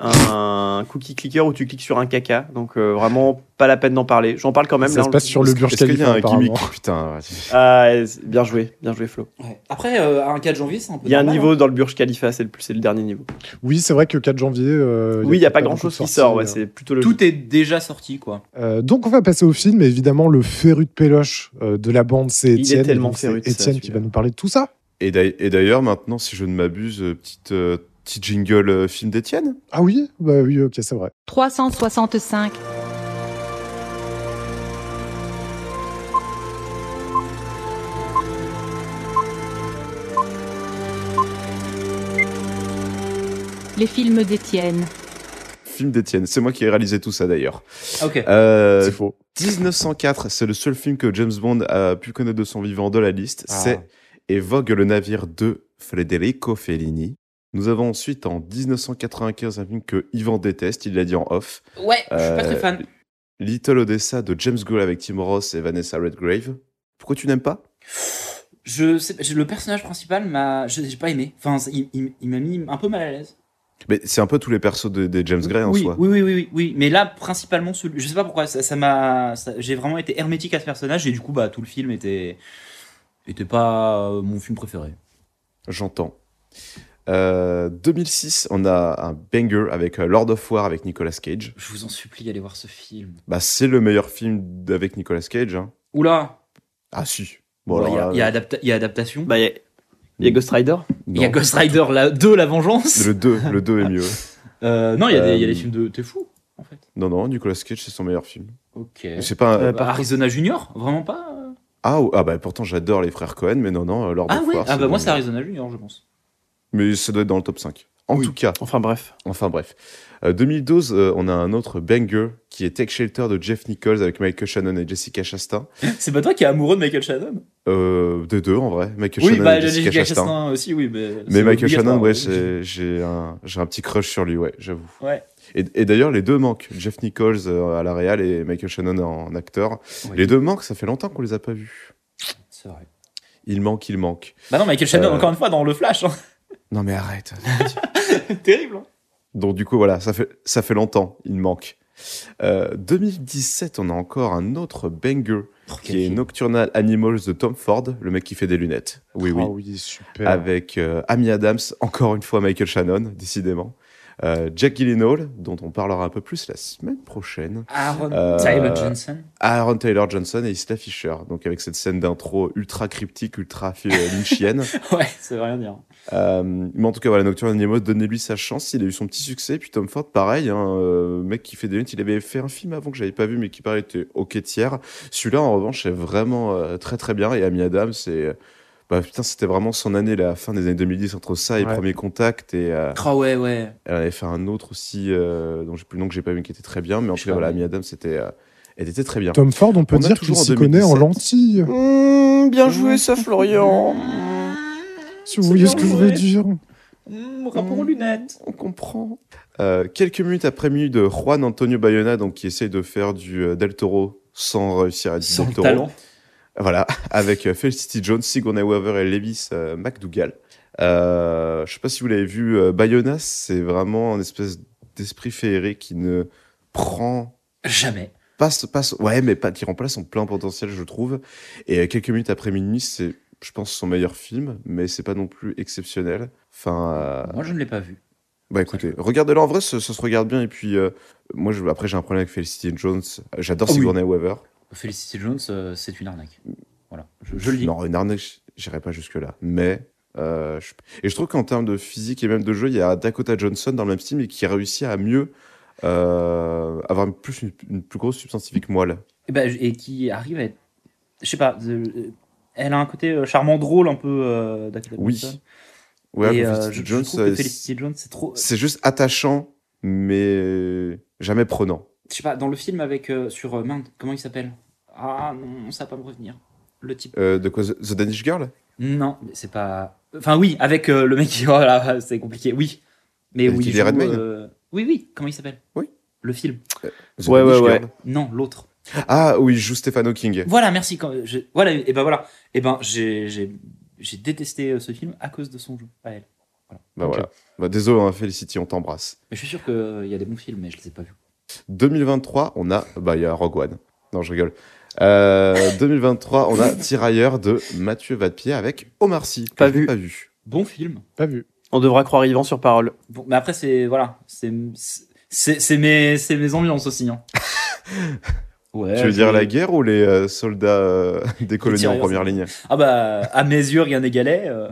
S5: un cookie clicker où tu cliques sur un caca. Donc euh, vraiment pas la peine d'en parler. J'en parle quand même.
S4: ça
S5: là,
S4: se
S5: on-
S4: passe sur le Burj
S3: Est-ce qu'il y a
S4: Khalifa,
S3: un gimmick
S4: apparemment.
S3: Putain, ouais.
S5: Ah, c'est- bien joué, bien joué Flo.
S2: Ouais. Après, euh, un 4 janvier, c'est un peu.
S5: Il y a un
S2: normal, hein.
S5: niveau dans le Burj Khalifa, c'est le, plus- c'est le dernier niveau.
S4: Oui, c'est vrai que 4 janvier. euh,
S5: oui, il n'y a pas
S4: beaucoup
S5: grand chose
S4: de
S5: qui
S4: sorties,
S5: sort, ouais,
S4: euh.
S5: c'est plutôt
S2: hein.
S5: le
S2: Tout est déjà sorti, quoi.
S4: Euh, donc, on va passer au film. Et évidemment, le féru de Péloche euh, de la bande, c'est
S5: Il est
S4: Étienne. Et
S5: tellement
S4: donc, c'est
S5: féru de ça,
S4: Étienne qui
S5: celui-là.
S4: va nous parler de tout ça.
S3: Et d'ail- et d'ailleurs, maintenant, si je ne m'abuse, euh, petite, euh, petit jingle euh, film d'Étienne.
S4: Ah oui Bah oui, ok, c'est vrai.
S1: 365. Les films d'Étienne.
S3: Film d'Étienne. C'est moi qui ai réalisé tout ça d'ailleurs.
S2: Ah, ok.
S3: Euh,
S4: c'est faux.
S3: 1904, c'est le seul film que James Bond a pu connaître de son vivant de la liste.
S4: Ah.
S3: C'est Et vogue le navire de Federico Fellini. Nous avons ensuite en 1995 un film que Yvan déteste, il l'a dit en off.
S2: Ouais, je suis pas
S3: Euh,
S2: très fan.
S3: Little Odessa de James Gould avec Tim Ross et Vanessa Redgrave. Pourquoi tu n'aimes pas
S2: Je sais, j'ai- le personnage principal m'a. je- J'ai pas aimé. Enfin, c'est- il- il- il m'a mis un peu mal à l'aise.
S3: Mais c'est un peu tous les persos de- des James Gray en
S2: oui,
S3: soi.
S2: Oui, oui, oui, oui, oui. Mais là, principalement, celui... je sais pas pourquoi, ça ça m'a. ça- J'ai vraiment été hermétique à ce personnage et du coup, bah, tout le film était. était pas euh, mon film préféré.
S3: J'entends. Euh, 2006, on a un banger avec euh, Lord of War avec Nicolas Cage.
S2: Je vous en supplie, allez voir ce film.
S3: Bah, c'est le meilleur film avec Nicolas Cage. hein.
S2: Oula
S3: Ah si.
S2: Bon, Il y, a-
S3: alors euh,
S2: il y a
S3: là,
S2: adapta- il y a adaptation.
S5: Bah, il y, a- il y a
S4: Mm.
S5: Ghost Rider.
S2: il y a
S3: non.
S2: Ghost Rider la... 2, La Vengeance.
S3: Le 2, le 2 est mieux.
S2: Euh, non, il y, a des- il y a
S3: Euh,
S2: des films de. T'es fou, en fait.
S3: Non, non, Nicolas Cage, c'est son meilleur film.
S2: Ok.
S3: Mais C'est pas un-
S5: Euh,
S2: Bah, Arizona Junior Vraiment pas euh
S3: ah, ou- ah, bah pourtant j'adore les frères Cohen, mais non, non, Lord
S2: Ah
S3: of
S2: oui
S3: War.
S2: Ah bah
S3: le-
S2: moi, c'est Arizona Junior, je pense.
S3: Mais ça doit être dans le top 5. En
S5: Oui.
S3: tout cas,
S5: Enfin bref.
S3: enfin bref. Euh, 2012, euh, on a un autre banger qui est Tech Shelter de Jeff Nichols avec Michael Shannon et Jessica Chastain.
S2: C'est pas toi qui es amoureux de Michael Shannon
S3: Euh, des deux en vrai, Michael
S2: Oui,
S3: Shannon
S2: bah,
S3: et Jessica,
S2: Jessica
S3: Chastain.
S2: Chastain aussi, oui. Mais,
S3: Mais
S2: c'est
S3: Michael Shannon,
S2: obligatoire,
S3: ouais, c'est- j'ai un, j'ai un petit crush sur lui, ouais, j'avoue.
S2: Ouais.
S3: Et, et d'ailleurs, les deux manquent. Jeff Nichols euh, à la réal et Michael Shannon en acteur.
S2: Ouais.
S3: Les deux manquent, ça fait longtemps qu'on les a pas vus.
S2: C'est vrai.
S3: Il manque, il manque.
S2: Bah non, Michael Shannon,
S3: Euh,
S2: encore une fois, dans le Flash. hein.
S3: Non mais arrête.
S2: Terrible. hein.
S3: Donc du coup voilà, ça fait, ça fait longtemps, il manque. Euh, 2017, on a encore un autre banger qui est Nocturnal Animals de Tom Ford, le mec qui fait des lunettes. Oui oui.
S4: Ah oui, super.
S3: Avec euh, Amy Adams, encore une fois Michael Shannon, décidément. euh, Jack Gyllenhaal, dont on parlera un peu plus la semaine prochaine,
S2: Aaron
S3: Euh,
S2: Taylor Johnson.
S3: Aaron Taylor Johnson et Isla Fisher, donc avec cette scène d'intro ultra cryptique, ultra fi- euh, lynchienne.
S2: Ouais, ça veut rien dire.
S3: Euh, mais en tout cas, voilà, Nocturne Animal, donnez-lui sa chance. Il a eu son petit succès. Puis Tom Ford, pareil, hein, euh, mec qui fait des lunettes. Il avait fait un film avant que j'avais pas vu, mais qui pareil était ok tiers. Celui-là, en revanche, est vraiment euh, très très bien. Et Amy Adams, c'est. Bah putain, c'était vraiment son année, la fin des années 2010, entre ça et
S4: Ouais.
S3: Premier Contact. Et euh,
S2: Ah ouais, ouais.
S3: elle avait fait un autre aussi, euh, dont j'ai plus le nom que j'ai pas vu, qui était très bien. Mais en
S2: Je
S3: tout
S2: sais
S3: cas,
S2: pas,
S3: voilà,
S2: mais-
S3: Amy Adams, c'était. euh, elle était très bien.
S4: Tom Ford, on peut
S3: On est
S4: dire qu'il
S3: toujours en
S4: s'y connaît en
S3: 2017.
S4: lentille.
S5: Mmh, bien joué, ça, Florian.
S4: Si vous voyez ce que je veux dire.
S3: rapport aux
S2: lunettes.
S3: Mm. On comprend. Euh, quelques minutes après minuit de Juan Antonio Bayona, donc qui essaye de faire du euh, Del Toro sans réussir à être du
S2: Sans
S3: Del Toro.
S2: talent.
S3: Voilà, avec euh, Felicity Jones, Sigourney Weaver et Lewis euh, McDougall. Euh, je sais pas si vous l'avez vu, euh, Bayona, c'est vraiment un espèce d'esprit féerique qui ne prend
S2: Jamais.
S3: passe, passe, ouais, mais pas, qui remplace son plein potentiel, je trouve. Et euh, quelques minutes après minuit, c'est, je pense, son meilleur film, mais c'est pas non plus exceptionnel. Enfin, euh,
S2: Moi, je ne l'ai pas vu.
S3: bah écoutez, regardez-le en vrai, ça, ça se regarde bien. Et puis, euh, moi, je, après, j'ai un problème avec Felicity Jones. J'adore
S2: Ah oui.
S3: Sigourney Weaver.
S2: Felicity Jones, euh, c'est une arnaque. Voilà, je, je le dis.
S3: Non, une arnaque, j'irai pas jusque-là. Mais. euh, je- Et je trouve qu'en termes de physique et même de jeu, il y a Dakota Johnson dans le même style, mais qui réussit à mieux euh, avoir plus une, une plus grosse substantifique moelle.
S2: Et, ben, je- et qui arrive à être. Je sais pas. euh, euh, elle a un côté euh, charmant, drôle, un peu. euh, Dakota
S3: Oui.
S2: Johnson.
S3: Ouais,
S2: et
S3: mais
S2: euh,
S3: Felicity
S2: je, je
S3: Jones,
S2: trouve
S3: euh,
S2: que Felicity Jones, c'est trop.
S3: c'est juste attachant, mais jamais prenant.
S2: Je sais pas, dans le film avec. euh, sur. euh, mince, comment il s'appelle Ah non, ça va pas me revenir. Le type.
S3: Euh, de quoi The The Danish Girl
S2: Non, mais c'est pas. Enfin, oui, avec euh, le mec qui. Voilà, c'est compliqué. Oui. Mais
S3: Avec
S2: oui. euh,
S3: Eddie Redmayne
S2: Oui, oui, comment il s'appelle
S3: Oui.
S2: Le film.
S3: The
S5: Ouais,
S3: Danish
S5: ouais, ouais.
S4: hein.
S3: Girl
S2: Non, l'autre.
S3: Ah oui, il joue Stefano King.
S2: Voilà, merci. Quand je- Voilà, et ben voilà. Et ben j'ai j'ai- j'ai détesté euh, ce film à cause de son jeu, à elle.
S3: Bah
S2: Ok.
S3: voilà. Bah, désolé, hein, Felicity, on t'embrasse.
S2: Mais je suis sûr qu'il y a des bons films, mais je les ai pas vus.
S3: 2023, on a. Bah, il y a Rogue One. Non, je rigole. Euh, 2023, on a Tirailleurs de Mathieu Vadepied avec Omar Sy. que
S5: Pas
S3: je n'ai
S5: vu.
S3: Pas vu.
S2: Bon film.
S4: Pas vu.
S5: On devra croire Yvan sur parole.
S2: Bon, mais après c'est voilà, c'est c'est c'est mes c'est mes ambiances aussi. hein.
S5: Eh,
S2: Ouais.
S3: tu veux
S2: je-
S3: dire la guerre ou les euh, soldats euh, des colonies en
S2: tirailleurs,
S3: première
S2: c'est-
S3: ligne
S2: Ah bah à mes yeux rien n'est galais. euh,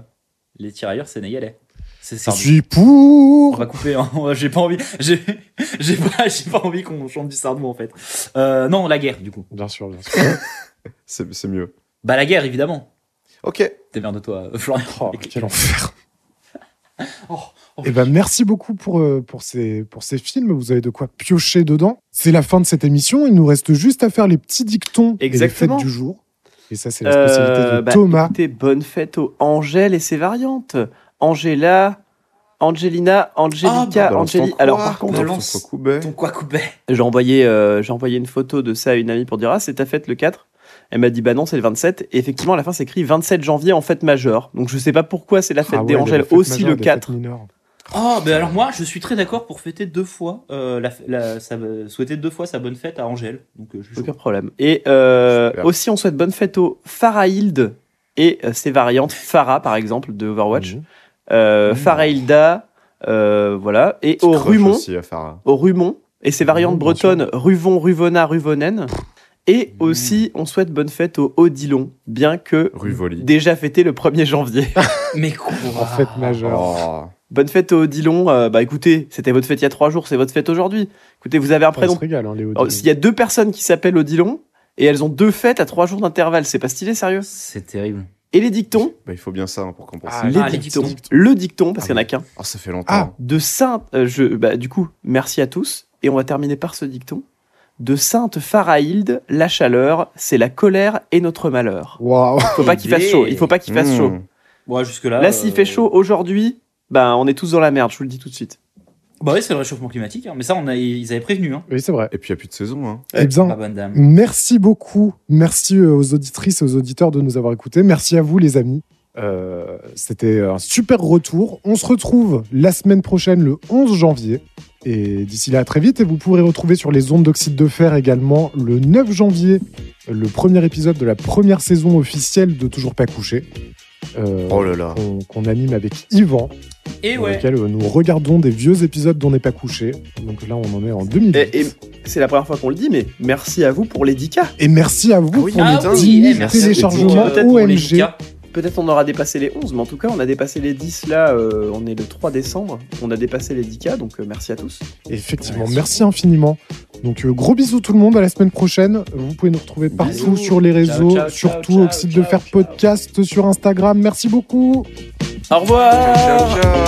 S2: les tirailleurs sénégalais. C'est
S4: Je
S2: ça.
S4: suis
S2: On
S4: pour.
S2: va couper. hein. J'ai pas envie. J'ai j'ai pas j'ai pas envie qu'on chante du Sardou en fait. Euh, non la guerre du coup.
S4: Bien sûr, bien sûr.
S3: C'est c'est mieux.
S2: Bah la guerre évidemment.
S3: Ok.
S2: Démerde-toi euh, Florian.
S4: Oh, quel enfer.
S2: Oh, oh.
S4: Eh ben, merci beaucoup pour, euh, pour, ces, pour ces films. Vous avez de quoi piocher dedans. C'est la fin de cette émission. Il nous reste juste à faire les petits dictons
S5: Exactement.
S4: et les fêtes du jour. Et ça, c'est la spécialité
S5: Euh,
S4: de
S5: bah,
S4: Thomas.
S5: écoutez, bonne fête aux Angèle et ses variantes. Angela, Angelina, Angelica,
S3: Ah, bah,
S5: Angélie-
S3: balance ton
S5: Alors
S3: quoi,
S5: par contre,
S3: balance ton coubet.
S2: Ton quoi coupé
S5: j'ai envoyé, euh, j'ai envoyé une photo de ça à une amie pour dire ah c'est ta fête le 4. Elle m'a dit bah non c'est le 27. Et effectivement à la fin c'est écrit 27 janvier en fête majeure. Donc je sais pas pourquoi c'est la fête
S4: Ah
S5: des
S4: ouais, la
S5: Angèles
S4: fête
S5: aussi
S4: majeure,
S5: le
S4: la fête
S5: 4.
S4: mineure.
S2: Oh, ben alors moi, je suis très d'accord pour fêter deux fois, euh, la, la- sa- euh, souhaiter deux fois sa bonne fête à Angèle. Donc, euh, je suis chaud.
S5: Aucun problème. Et euh,
S3: Super.
S5: aussi on souhaite bonne fête aux Farahilde et euh, ses variantes Farah par exemple de Overwatch,
S4: Mhm.
S5: euh, Farahilda, euh, voilà et
S3: Petit
S5: aux
S3: crush
S5: Rumon.
S3: aussi à hein. Farah.
S5: au Rumon et ses variantes
S4: Rumon, bien
S5: bretonnes Ruvon, Ruvona, Ruvonen. Et
S2: Mmh.
S5: aussi, on souhaite bonne fête au Odilon, bien que
S3: Ruvoli.
S5: déjà fêté le 1er janvier.
S2: Mais quoi
S4: En
S5: Ah.
S4: fête majeure.
S3: Oh.
S5: bonne fête au Odilon. euh, bah écoutez, c'était votre fête il y a trois jours, c'est votre fête aujourd'hui. Écoutez, vous avez un
S4: Après, on
S5: prénom.
S4: se régale, hein, Léo.
S5: Alors, Oh, S'il y a deux personnes qui s'appellent Odilon et elles ont deux fêtes à trois jours d'intervalle, c'est pas stylé, sérieux
S2: C'est terrible.
S5: Et les dictons
S3: Bah, il faut bien ça hein, pour compenser.
S4: Ah,
S5: les,
S2: ah, les
S5: dictons.
S2: dictons.
S5: Le dicton, parce
S3: Ah
S5: qu'il y en a
S3: oui.
S5: qu'un.
S3: Oh, ça fait longtemps.
S4: Ah.
S5: De sainte. euh, je, bah, du coup, merci à tous. Et on va terminer par ce dicton. De sainte Pharaïlde, la chaleur, c'est la colère et notre malheur.
S4: Waouh.
S5: Il faut pas qu'il fasse
S2: Idée.
S5: chaud. Il faut pas qu'il fasse
S3: Mmh.
S5: chaud.
S2: Bon, jusque-là. euh,
S5: Là, s'il fait chaud aujourd'hui, bah, on est tous dans la merde, je vous le dis tout de suite.
S2: Bah oui, c'est le réchauffement climatique. hein. Mais ça, on a, ils avaient prévenu. Hein.
S4: Oui, c'est vrai.
S3: Et puis il n'y a plus de saison. Hein.
S4: Eh bien,
S2: Ma bonne dame.
S4: Merci beaucoup. Merci euh, aux auditrices et aux auditeurs de nous avoir écoutés. Merci à vous, les amis. Euh, C'était un super retour. On se retrouve la semaine prochaine, le 11 janvier. Et d'ici là, à très vite. Et vous pourrez retrouver sur les ondes d'oxyde de fer également le 9 janvier, le premier épisode de la première saison officielle de Toujours pas couché. Euh,
S3: Oh là là.
S4: qu'on qu'on anime avec Yvan.
S5: Et
S4: dans
S5: ouais.
S4: lequel euh, nous regardons des vieux épisodes dont on n'est pas couché. Donc là, on en est en 2008.
S5: Et, et c'est la première fois qu'on le dit, mais merci à vous pour les 10K.
S4: Et merci à vous
S3: oui,
S4: pour
S2: ah
S4: les
S2: oui,
S4: 10 000
S2: eh, merci à vous.
S4: téléchargements
S5: euh, Peut-être pour les
S4: OMG.
S2: Lucas,
S5: Peut-être on aura dépassé les 11, mais en tout cas, on a dépassé les 10 là. euh, on est le 3 décembre. On a dépassé les 10K, donc euh, merci à tous.
S4: Effectivement, merci infiniment. Donc euh, gros bisous tout le monde, à la semaine prochaine. Vous pouvez nous retrouver partout
S5: Bisous.
S4: sur les réseaux,
S5: ciao,
S4: surtout
S5: ciao,
S4: au site
S5: ciao,
S4: de faire
S5: ciao.
S4: podcast sur Instagram. Merci beaucoup.
S5: Au revoir
S3: Ciao, ciao.